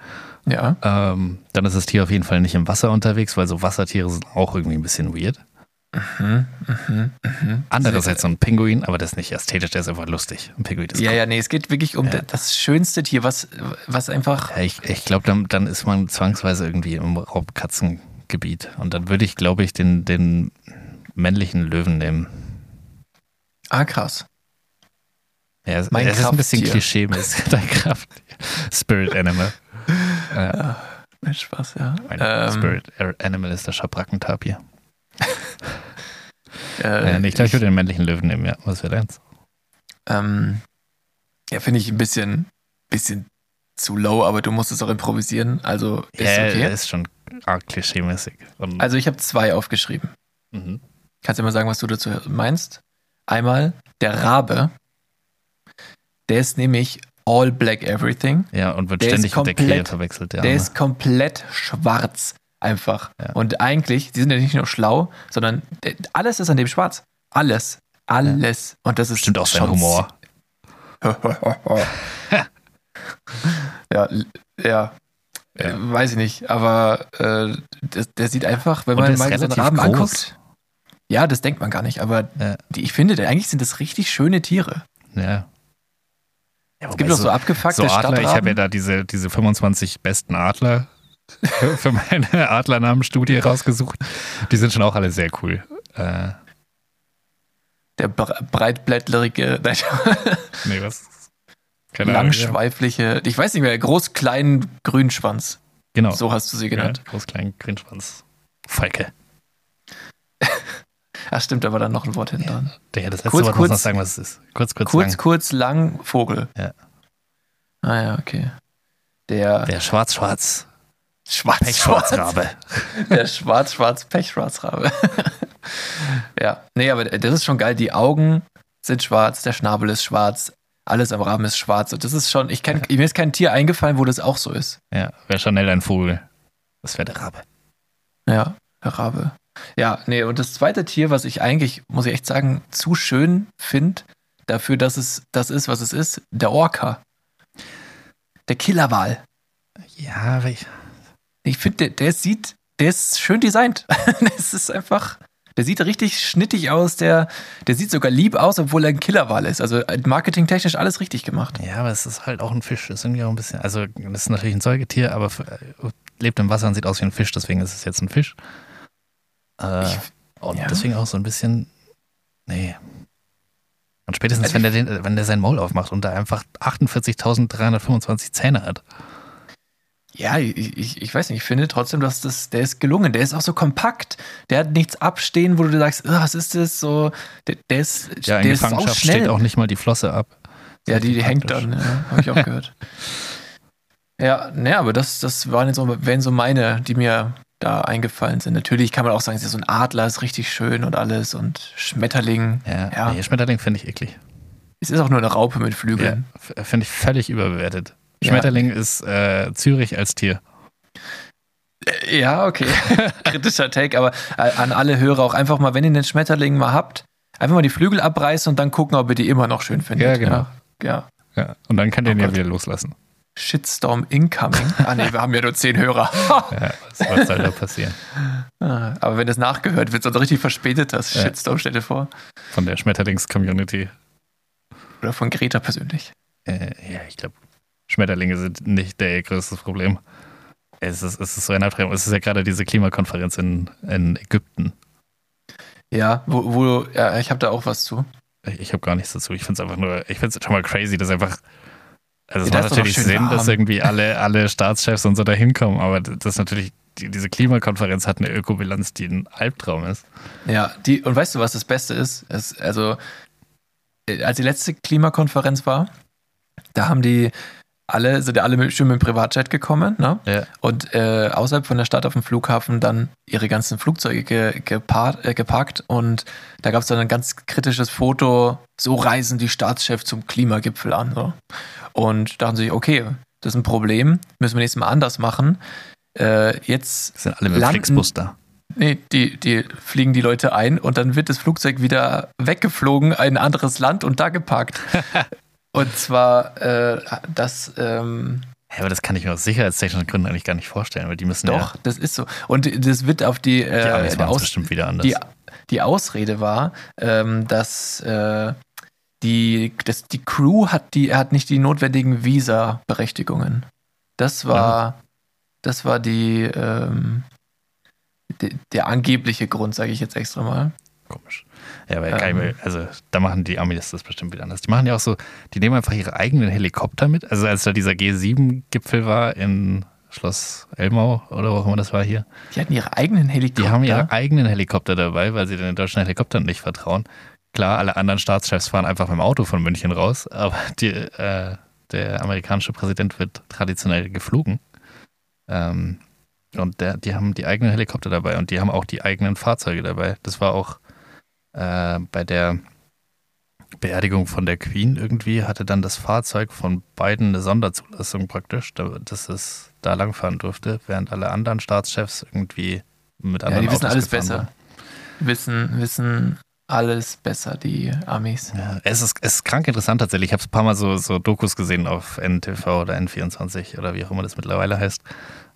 Ja. Ähm, dann ist das Tier auf jeden Fall nicht im Wasser unterwegs, weil so Wassertiere sind auch irgendwie ein bisschen weird. Mhm, Andererseits so ein Pinguin, aber das ist nicht ästhetisch, der ist einfach lustig. Ein Pinguin ist Ja, cool. ja, nee, es geht wirklich um Ja. das schönste Tier, was, was einfach Ja, Ich, ich glaube, dann, dann ist man zwangsweise irgendwie im Raubkatzengebiet. Und dann würde ich, glaube ich, den, den männlichen Löwen nehmen. Ah, krass. Ja, es, Mein es ist ein bisschen Krafttier. klischee-mäßig. Dein Kraft. Spirit Animal. Spaß, ja. Mein Ähm, Spirit Animal ist der Schabrackentapir. äh, Äh, nee, ich glaube, ich würde den männlichen Löwen nehmen, ja. Was wäre deins? ähm, ja, finde ich ein bisschen, bisschen zu low, aber du musst es auch improvisieren. Also ist ja, okay. der ist schon arg klischee-mäßig. Und- also ich habe zwei aufgeschrieben. mhm. Kannst du mal sagen, was du dazu meinst? Einmal der Rabe. Der ist nämlich all black everything. ja, und wird der ist ständig mit der Krähe komplett- verwechselt. Ja, Der ist komplett schwarz einfach. Ja. Und eigentlich, die sind ja nicht nur schlau, sondern der, alles ist an dem schwarz. Alles. Alles. Und das ist Stimmt auch sein schon Humor. ja, l- ja. Ja. Äh, Weiß ich nicht, aber äh, der, der sieht einfach, wenn Und der man mal ist so einen relativ Raben groß. anguckt. Ja, das denkt man gar nicht, aber Ja. die, ich finde, der- eigentlich sind das richtig schöne Tiere. Ja. ja Es gibt auch so abgefuckte so Adler, ich habe ja Stadtraben. da diese, diese 25 besten Adler für meine Adlernamenstudie rausgesucht. Die sind schon auch alle sehr cool. Äh, Der bre- breitblättlerige, nein, nee, was? Keine Ahnung. langschweifliche, ich weiß nicht mehr, groß, klein, Grünschwanz. ja. Genau. So hast du sie ja, genannt. groß, klein, Grinschwanz. Falke. Ach, stimmt, da war dann noch ein Wort hinten dran. Der, das letzte Kurz, Wort muss noch kurz. sagen, was es ist. Kurz, kurz, Kurz, lang. kurz, lang, Vogel. Ja. Ah ja, okay. Der, Der schwarz-schwarz schwarz-schwarz-rabe. Pechschwarzrabe. Der schwarz-schwarz-pechschwarzrabe. ja, nee, aber das ist schon geil. Die Augen sind schwarz, der Schnabel ist schwarz, alles am Raben ist schwarz. Und das ist schon, ich kenn, mir ist kein Tier eingefallen, wo das auch so ist. Ja, wäre Chanel ein Vogel. Das wäre der Rabe. Ja, der Rabe. Ja, nee, und das zweite Tier, was ich eigentlich, muss ich echt sagen, zu schön finde, dafür, dass es das ist, was es ist, der Orca. Der Killerwal. Ja, aber ich, Ich finde, der, der sieht, der ist schön designt. das ist einfach, der sieht richtig schnittig aus, der, der sieht sogar lieb aus, obwohl er ein Killerwal ist. Also äh, marketingtechnisch alles richtig gemacht. ja, aber es ist halt auch ein Fisch. Das ist irgendwie auch ein bisschen. Also, das ist natürlich ein Säugetier, aber f- äh, lebt im Wasser und sieht aus wie ein Fisch. Deswegen ist es jetzt ein Fisch. Äh, Ich- und ja. deswegen auch so ein bisschen. Nee. Und spätestens, Also wenn, der den, wenn der sein Maul aufmacht und da einfach 48.325 Zähne hat. Ja, ich, ich, ich weiß nicht, ich finde trotzdem, dass das, der ist gelungen. Der ist auch so kompakt. Der hat nichts abstehen, wo du sagst, "Ah, was ist das? So, der, der ist, Ja, in der ist auch Gefangenschaft steht schnell. auch nicht mal die Flosse ab. ja, die, die hängt praktisch. dann, ja, habe ich auch gehört. Ja, ne, aber das, das waren jetzt so, wären so meine, die mir da eingefallen sind. Natürlich kann man auch sagen, es ist so ein Adler ist richtig schön und alles und Schmetterling. Ja, Ja. Nee, Schmetterling finde ich eklig. Es ist auch nur eine Raupe mit Ja, Flügeln. f- finde ich völlig überbewertet. Ja. Schmetterling ist äh, Zürich als Tier. Ja, okay. Kritischer Take, aber äh, an alle Hörer auch einfach mal, wenn ihr den Schmetterling mal habt, einfach mal die Flügel abreißen und dann gucken, ob ihr die immer noch schön findet. Ja, genau. Ja, ja. Ja. Und dann kann der Oh ihn ja Gott. wieder loslassen. Shitstorm incoming. Ah nee, wir haben ja nur zehn Hörer. Ja, was, was soll da passieren? Ah, Aber wenn das nachgehört wird, so ein richtig verspätetes Ja. Shitstorm, stell dir vor. Von der Schmetterlings-Community. Oder von Greta persönlich. Äh, ja, ich glaube, Schmetterlinge sind nicht der ihr größtes Problem. Es ist, es ist so ein Albtraum. Es ist ja gerade diese Klimakonferenz in, in Ägypten. Ja, wo, wo ja, ich habe da auch was zu. Ich, ich habe gar nichts dazu. Ich finde es einfach nur, ich finde es schon mal crazy, dass einfach. Also, Ja, das es macht ist doch natürlich schön Sinn, dass warm. irgendwie alle, alle Staatschefs und so da hinkommen, aber das ist natürlich, die, diese Klimakonferenz hat eine Ökobilanz, die ein Albtraum ist. Ja, die, und weißt du, was das Beste ist? Es, also, äh, als die letzte Klimakonferenz war, da haben die alle, sind ja alle mit, schön mit dem Privatjet gekommen, ne? Ja. Und äh, außerhalb von der Stadt auf dem Flughafen dann ihre ganzen Flugzeuge ge, gepaart, äh, geparkt und da gab es dann ein ganz kritisches Foto, so reisen die Staatschefs zum Klimagipfel an. So. Und dachten sich, okay, das ist ein Problem, müssen wir nächstes Mal anders machen. Äh, jetzt Das sind alle mit dem Landen- Flixbus da. Nee, die, die fliegen die Leute ein und dann wird das Flugzeug wieder weggeflogen, ein anderes Land und da geparkt. und zwar äh, das, ähm, Ja, aber das kann ich mir aus sicherheitstechnischen Gründen eigentlich gar nicht vorstellen, weil die müssen doch, ja. das ist so. Und das wird auf die, Die äh, Amis der machen es Aus bestimmt wieder anders. die, die Ausrede war, ähm, dass äh, die, das, die Crew hat die hat nicht die notwendigen Visa-Berechtigungen. Das war das war die, ähm, de- der angebliche Grund, sage ich jetzt extra mal. Komisch. Ja, aber kann ich mir, also da machen die Amis das bestimmt wieder anders. Die machen ja auch so, die nehmen einfach ihre eigenen Helikopter mit. Also als da dieser G7-Gipfel war in Schloss Elmau oder wo auch immer das war hier, Die hatten ihre eigenen die Helikopter. haben ihre eigenen Helikopter dabei, weil sie den deutschen Helikoptern nicht vertrauen. Klar, alle anderen Staatschefs fahren einfach mit dem Auto von München raus, aber die, äh, der amerikanische Präsident wird traditionell geflogen. Ähm, und der, die haben die eigenen Helikopter dabei und die haben auch die eigenen Fahrzeuge dabei. Das war auch äh, bei der Beerdigung von der Queen irgendwie, hatte dann das Fahrzeug von beiden eine Sonderzulassung praktisch, da- dass es da langfahren durfte, während alle anderen Staatschefs irgendwie mit ja, anderen die wissen Autos alles gefahren besser. waren. Wissen, wissen alles besser, die Amis. Ja, Äh, es ist, es ist krank interessant tatsächlich. Ich habe ein paar Mal so, so Dokus gesehen auf NTV oder N24 oder wie auch immer das mittlerweile heißt,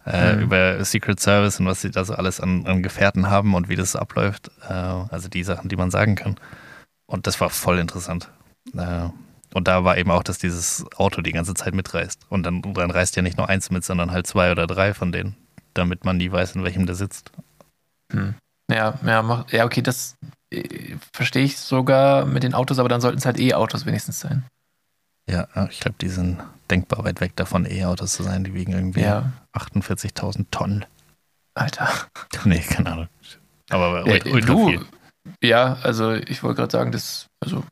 äh, Mhm. über Secret Service und was sie da so alles an, an Gefährten haben und wie das so abläuft. Äh, also die Sachen, die man sagen kann. Und das war voll interessant. Äh, und da war eben auch, dass dieses Auto die ganze Zeit mitreist. Und dann, dann reist ja nicht nur eins mit, sondern halt zwei oder drei von denen, damit man nie weiß, in welchem der sitzt. Hm. Ja, ja, mach, ja okay, das äh, verstehe ich sogar mit den Autos, aber dann sollten es halt E-Autos wenigstens sein. Ja, ich glaube, die sind denkbar weit weg davon, E-Autos zu sein. Die wiegen irgendwie Ja, 48.000 Tonnen. Alter. Nee, keine Ahnung. Aber Ja, ul- ultra Äh, du, viel. ja, also ich wollte gerade sagen, das, also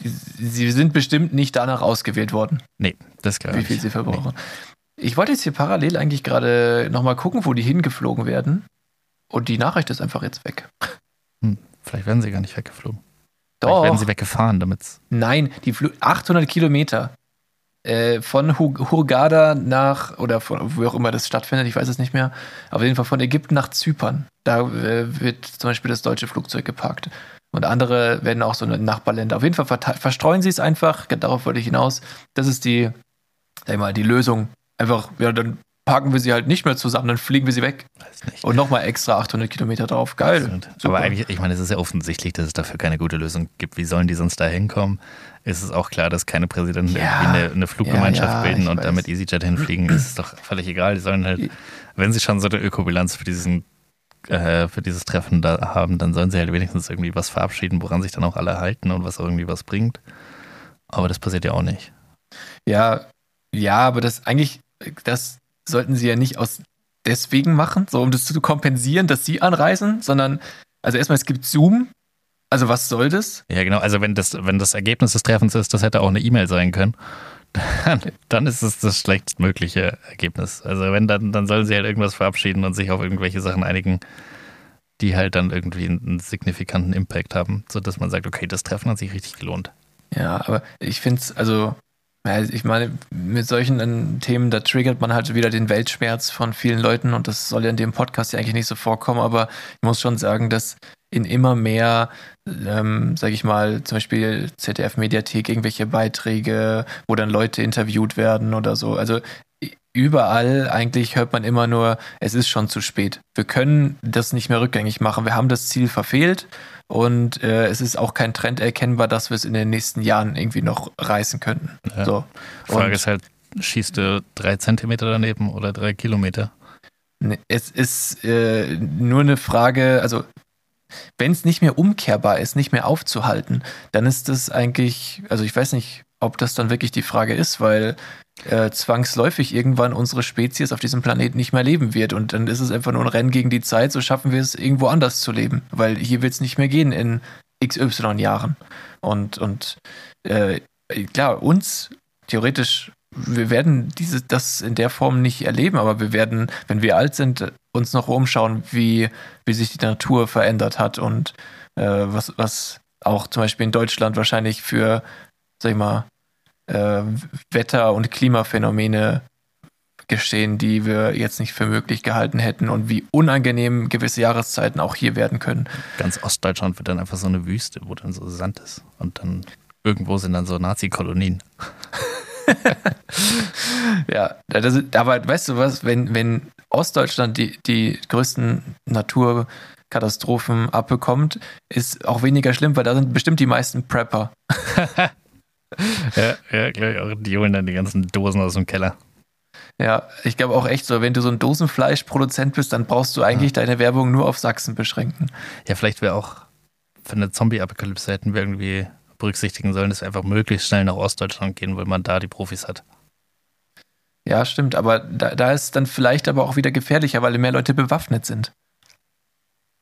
die, sie sind bestimmt nicht danach ausgewählt worden, Nee, das glaube wie ich. viel sie verbrauchen. Ich wollte jetzt hier parallel eigentlich gerade nochmal gucken, wo die hingeflogen werden. Und die Nachricht ist einfach jetzt weg. Hm, Vielleicht werden sie gar nicht weggeflogen. Vielleicht werden Doch. sie weggefahren, damit Nein, die Fl 800 Kilometer äh, von Hur- Hurghada nach, oder von, wo auch immer das stattfindet, ich weiß es nicht mehr, aber auf jeden Fall von Ägypten nach Zypern. Da äh, wird zum Beispiel das deutsche Flugzeug geparkt. Und andere werden auch so in den Nachbarländer. Auf jeden Fall verteil- verstreuen sie es einfach, Ge- darauf wollte ich hinaus. Das ist die, sag ich mal, die Lösung. Einfach, ja, dann parken wir sie halt nicht mehr zusammen, dann fliegen wir sie weg. weiß nicht. Und nochmal extra 800 Kilometer drauf. Geil. Aber eigentlich, ich meine, es ist ja offensichtlich, dass es dafür keine gute Lösung gibt. Wie sollen die sonst da hinkommen? Es ist auch klar, dass keine Präsidenten Ja. irgendwie eine, eine Fluggemeinschaft Ja, ja, bilden ich und weiß. damit EasyJet hinfliegen. ist es doch völlig egal. Die sollen halt, wenn sie schon so eine Ökobilanz für diesen äh, für dieses Treffen da haben, dann sollen sie halt wenigstens irgendwie was verabschieden, woran sich dann auch alle halten und was auch irgendwie was bringt. Aber das passiert ja auch nicht. Ja, ja, aber das eigentlich, das sollten sie ja nicht aus deswegen machen, so um das zu kompensieren, dass sie anreisen, sondern, also erstmal, es gibt Zoom. Also was soll das? Ja, genau. Also wenn das, wenn das Ergebnis des Treffens ist, das hätte auch eine E-Mail sein können, dann, dann ist es das schlechtstmögliche Ergebnis. Also wenn dann, dann sollen sie halt irgendwas verabschieden und sich auf irgendwelche Sachen einigen, die halt dann irgendwie einen signifikanten Impact haben, sodass man sagt, okay, das Treffen hat sich richtig gelohnt. Ja, aber ich finde es, also, ja, ich meine, mit solchen äh, Themen, da triggert man halt wieder den Weltschmerz von vielen Leuten und das soll ja in dem Podcast ja eigentlich nicht so vorkommen, aber ich muss schon sagen, dass in immer mehr, ähm, sag ich mal, zum Beispiel ZDF-Mediathek, irgendwelche Beiträge, wo dann Leute interviewt werden oder so. Also überall eigentlich hört man immer nur, es ist schon zu spät. Wir können das nicht mehr rückgängig machen. Wir haben das Ziel verfehlt und äh, es ist auch kein Trend erkennbar, dass wir es in den nächsten Jahren irgendwie noch reißen könnten. Ja. So. Frage Und- ist halt, schießt du drei Zentimeter daneben oder drei Kilometer? Nee, Es ist äh, nur eine Frage, also wenn es nicht mehr umkehrbar ist, nicht mehr aufzuhalten, dann ist das eigentlich, also ich weiß nicht, ob das dann wirklich die Frage ist, weil äh, zwangsläufig irgendwann unsere Spezies auf diesem Planeten nicht mehr leben wird und dann ist es einfach nur ein Rennen gegen die Zeit, so schaffen wir es irgendwo anders zu leben, weil hier wird es nicht mehr gehen in XY Jahren. Und, und äh, klar, uns theoretisch, wir werden diese, das in der Form nicht erleben, aber wir werden, wenn wir alt sind, uns noch umschauen, wie, wie sich die Natur verändert hat und äh, was, was auch zum Beispiel in Deutschland wahrscheinlich für, sag ich mal, äh, Wetter- und Klimaphänomene geschehen, die wir jetzt nicht für möglich gehalten hätten und wie unangenehm gewisse Jahreszeiten auch hier werden können. Ganz Ostdeutschland wird dann einfach so eine Wüste, wo dann so Sand ist. Und dann irgendwo sind dann so Nazi-Kolonien. Ja, das, ist- aber weißt du was, wenn, wenn Ostdeutschland die, die größten Naturkatastrophen abbekommt, ist auch weniger schlimm, weil da sind bestimmt die meisten Prepper. Ja, ja, gleich auch. Die holen dann die ganzen Dosen aus dem Keller. Ja, ich glaube auch echt so, wenn du so ein Dosenfleischproduzent bist, dann brauchst du eigentlich deine Werbung nur auf Sachsen beschränken. Ja, vielleicht wäre auch für eine Zombie-Apokalypse hätten wir irgendwie berücksichtigen sollen, dass wir einfach möglichst schnell nach Ostdeutschland gehen, weil man da die Profis hat. Ja, stimmt, aber da, da ist dann vielleicht aber auch wieder gefährlicher, weil mehr Leute bewaffnet sind.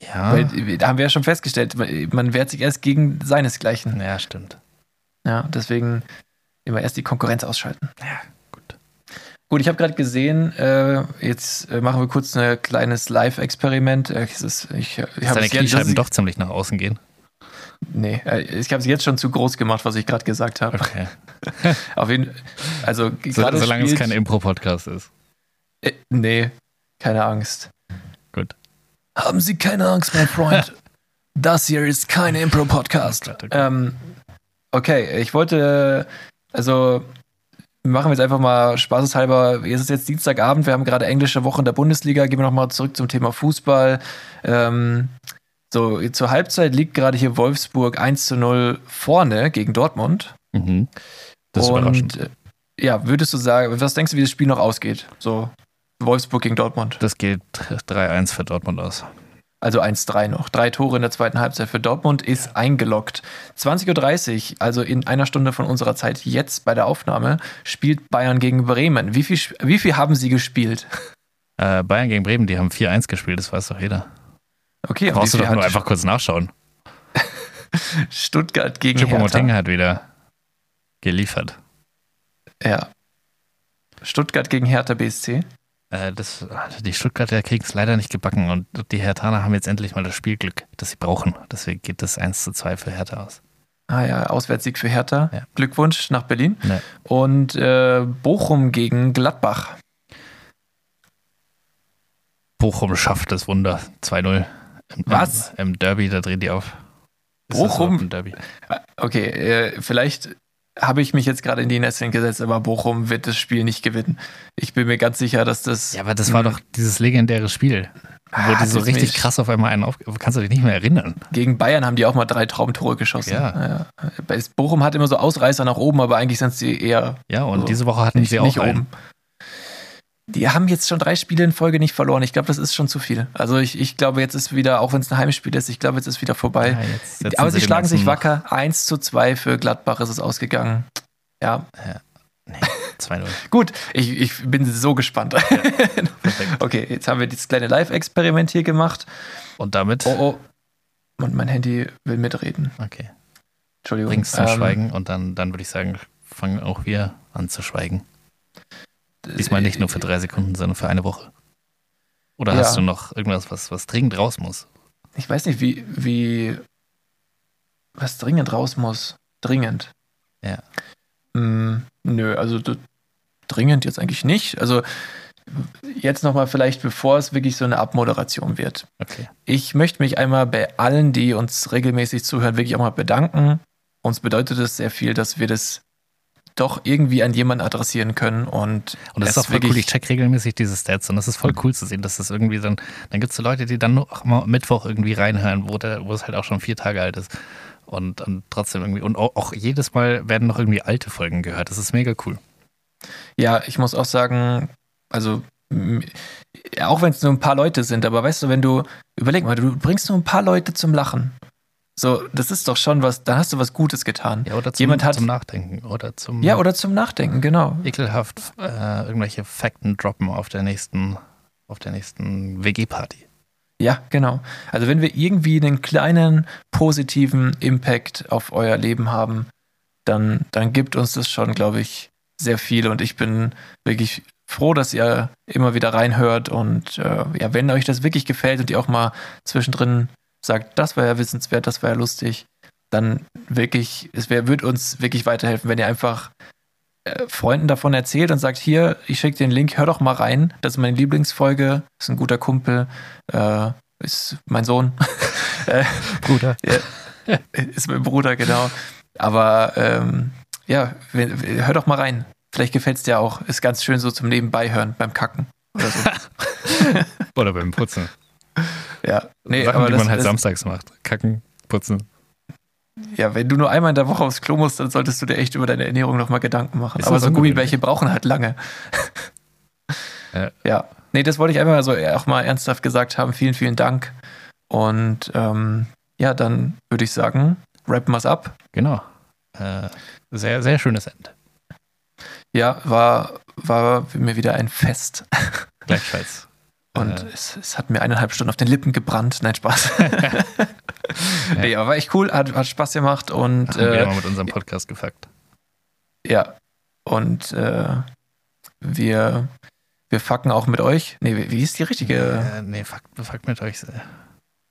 Ja. Weil, da haben wir ja schon festgestellt, man wehrt sich erst gegen seinesgleichen. ja, stimmt. Ja, deswegen immer erst die Konkurrenz ausschalten. Ja, gut. Gut, ich habe gerade gesehen, äh, jetzt äh, machen wir kurz ein kleines Live-Experiment. Äh, es ist- ich äh, ich Dass habe deine es jetzt, das Kniescheiben ist- doch ziemlich nach außen gehen. nee, äh, ich hab's jetzt schon zu groß gemacht, was ich gerade gesagt habe. Okay. Auf jeden also So, gerade solange es spielt- kein Impro-Podcast ist. äh, nee, keine Angst. Gut. Haben Sie keine Angst, mein Freund. das hier ist kein Impro-Podcast. Oh Gott, oh Gott. ähm, okay, ich wollte, also machen wir jetzt einfach mal spaßeshalber. Es ist jetzt Dienstagabend, wir haben gerade englische Woche in der Bundesliga. Gehen wir nochmal zurück zum Thema Fußball. Ähm, so, zur Halbzeit liegt gerade hier Wolfsburg 1 zu 0 vorne gegen Dortmund. Mhm. Das ist Und, überraschend. äh, Ja, würdest du sagen, was denkst du, wie das Spiel noch ausgeht? So, Wolfsburg gegen Dortmund. Das geht 3-1 für Dortmund aus. Also 1-3 noch. Drei Tore in der zweiten Halbzeit für Dortmund ist eingeloggt. 20.30 Uhr, also in einer Stunde von unserer Zeit jetzt bei der Aufnahme, spielt Bayern gegen Bremen. Wie viel, sp- wie viel haben sie gespielt? Äh, Bayern gegen Bremen, die haben 4-1 gespielt, das weiß doch jeder. Okay, und Brauchst wie du viel doch nur hat einfach kurz nachschauen. Stuttgart gegen Hertha. Choupo-Moting hat wieder geliefert. Ja. Stuttgart gegen Hertha BSC. Äh, das, die Stuttgarter kriegen es leider nicht gebacken und die Herthaner haben jetzt endlich mal das Spielglück, das sie brauchen. Deswegen geht das 1 zu 2 für Hertha aus. Ah ja, Auswärtssieg für Hertha. Ja. Glückwunsch nach Berlin. Ja. Und äh, Bochum gegen Gladbach. Bochum schafft das Wunder. 2-0. Im- Was? Im, im Derby, da drehen die auf. Ist das Bochum? überhaupt ein Derby? Okay, äh, vielleicht habe ich mich jetzt gerade in die Nesseln gesetzt, aber Bochum wird das Spiel nicht gewinnen. Ich bin mir ganz sicher, dass das. Ja, aber das war doch dieses legendäre Spiel, wo Ah, die so das richtig mich- krass auf einmal einen auf. Kannst du dich nicht mehr erinnern? Gegen Bayern haben die auch mal drei Traumtore geschossen. Ja. Ja. äh, Bochum hat immer so Ausreißer nach oben, aber eigentlich sind sie eher Ja, und So. diese Woche hatten nicht, sie auch nicht einen. oben. Die haben jetzt schon drei Spiele in Folge nicht verloren. Ich glaube, das ist schon zu viel. Also ich, ich glaube, jetzt ist wieder, auch wenn es ein Heimspiel ist, ich glaube, jetzt ist wieder vorbei. Ja, jetzt setzen aber sie den schlagen sich ganzen wacker. 1 zu 2 für Gladbach ist es ausgegangen. Ja, 2-0. gut. Ich, ich bin so gespannt. Perfekt. Okay, jetzt haben wir dieses kleine Live-Experiment hier gemacht. Und damit, Oh, oh. Und mein Handy will mitreden. okay, Entschuldigung. bringst zum Ähm, Schweigen und dann, dann würde ich sagen, fangen auch wir an zu schweigen. äh, Diesmal nicht nur für drei Sekunden, sondern für eine Woche. Oder Ja. hast du noch irgendwas, was, was dringend raus muss? Ich weiß nicht, wie, wie was dringend raus muss. Dringend. Ja. Mm, nö, also d- dringend jetzt eigentlich nicht. Also jetzt nochmal vielleicht, bevor es wirklich so eine Abmoderation wird. Okay. Ich möchte mich einmal bei allen, die uns regelmäßig zuhören, wirklich auch mal bedanken. Uns bedeutet es sehr viel, dass wir das doch irgendwie an jemanden adressieren können. Und, Und das es ist auch voll cool. Ich check regelmäßig diese Stats und das ist voll cool zu sehen, dass das irgendwie dann, dann gibt es so Leute, die dann noch mal am Mittwoch irgendwie reinhören, wo, der, wo es halt auch schon vier Tage alt ist. Und, und trotzdem irgendwie, und auch, auch jedes Mal werden noch irgendwie alte Folgen gehört. Das ist mega cool. Ja, ich muss auch sagen, also m- auch wenn es nur ein paar Leute sind, aber weißt du, wenn du, überleg mal, du bringst nur ein paar Leute zum Lachen. So, das ist doch schon was, da hast du was Gutes getan. Ja, oder zum, Jemand hat- zum Nachdenken oder zum Ja, oder zum Nachdenken, genau. ekelhaft äh, irgendwelche Fakten droppen auf der nächsten, auf der nächsten WG-Party. Ja, genau. Also wenn wir irgendwie einen kleinen positiven Impact auf euer Leben haben, dann, dann gibt uns das schon, glaube ich, sehr viel. Und ich bin wirklich froh, dass ihr immer wieder reinhört. Und äh, ja, wenn euch das wirklich gefällt und ihr auch mal zwischendrin sagt, das war ja wissenswert, das war ja lustig, dann wirklich, es wär, wird uns wirklich weiterhelfen, wenn ihr einfach äh, Freunden davon erzählt und sagt, hier, ich schicke den Link, hör doch mal rein, das ist meine Lieblingsfolge, ist ein guter Kumpel, äh, ist mein Sohn, Äh, Bruder. ist mein Bruder, genau. Aber ähm, ja, w- w- hör doch mal rein. Vielleicht gefällt es dir auch. Ist ganz schön so zum Nebenbei hören, beim Kacken oder so. Oder beim Putzen. ja. Nee, Sachen, aber die das, man halt das, samstags macht. Kacken, putzen. ja, wenn du nur einmal in der Woche aufs Klo musst, dann solltest du dir echt über deine Ernährung nochmal Gedanken machen. Ist aber das so ungewöhnlich? Gummibärchen brauchen halt lange. Ja. ja. Nee, das wollte ich einfach mal so auch mal ernsthaft gesagt haben. Vielen, vielen Dank. Und ähm, ja, dann würde ich sagen, rappen wir's ab. Genau. Äh, sehr, sehr schönes Ende. Ja, war, war mir wieder ein Fest. Gleichfalls. Und Äh. es, es hat mir eineinhalb Stunden auf den Lippen gebrannt. Nein, Spaß. Nee, aber war echt cool, hat, hat Spaß gemacht und Haben wir äh, mal mit unserem Podcast gefuckt. ja. Und äh, wir, wir fucken auch mit euch. Nee, wie, wie ist die richtige? Äh, nee, fuckt fuck mit euch.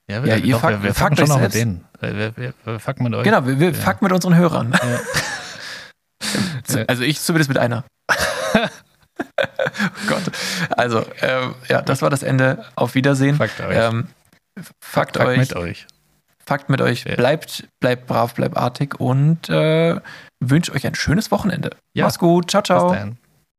Ja, Ja, ihr fuckt- wir, wir fuckt fucken schon euch noch mit selbst. denen. Wir, wir, wir, wir fucken mit euch. Genau, wir, wir Ja. fucken mit unseren Hörern. Ja. Z- Also ich zumindest mit einer. oh Gott. Also, ähm, ja, das war das Ende. Auf Wiedersehen. Fuckt euch. Ähm, fuckt fuck euch. mit euch. Fakt mit euch. Ja. Bleibt, bleibt brav, bleibt artig und äh, wünsche euch ein schönes Wochenende. Ja. Macht's gut. Ciao, ciao. Bis dann.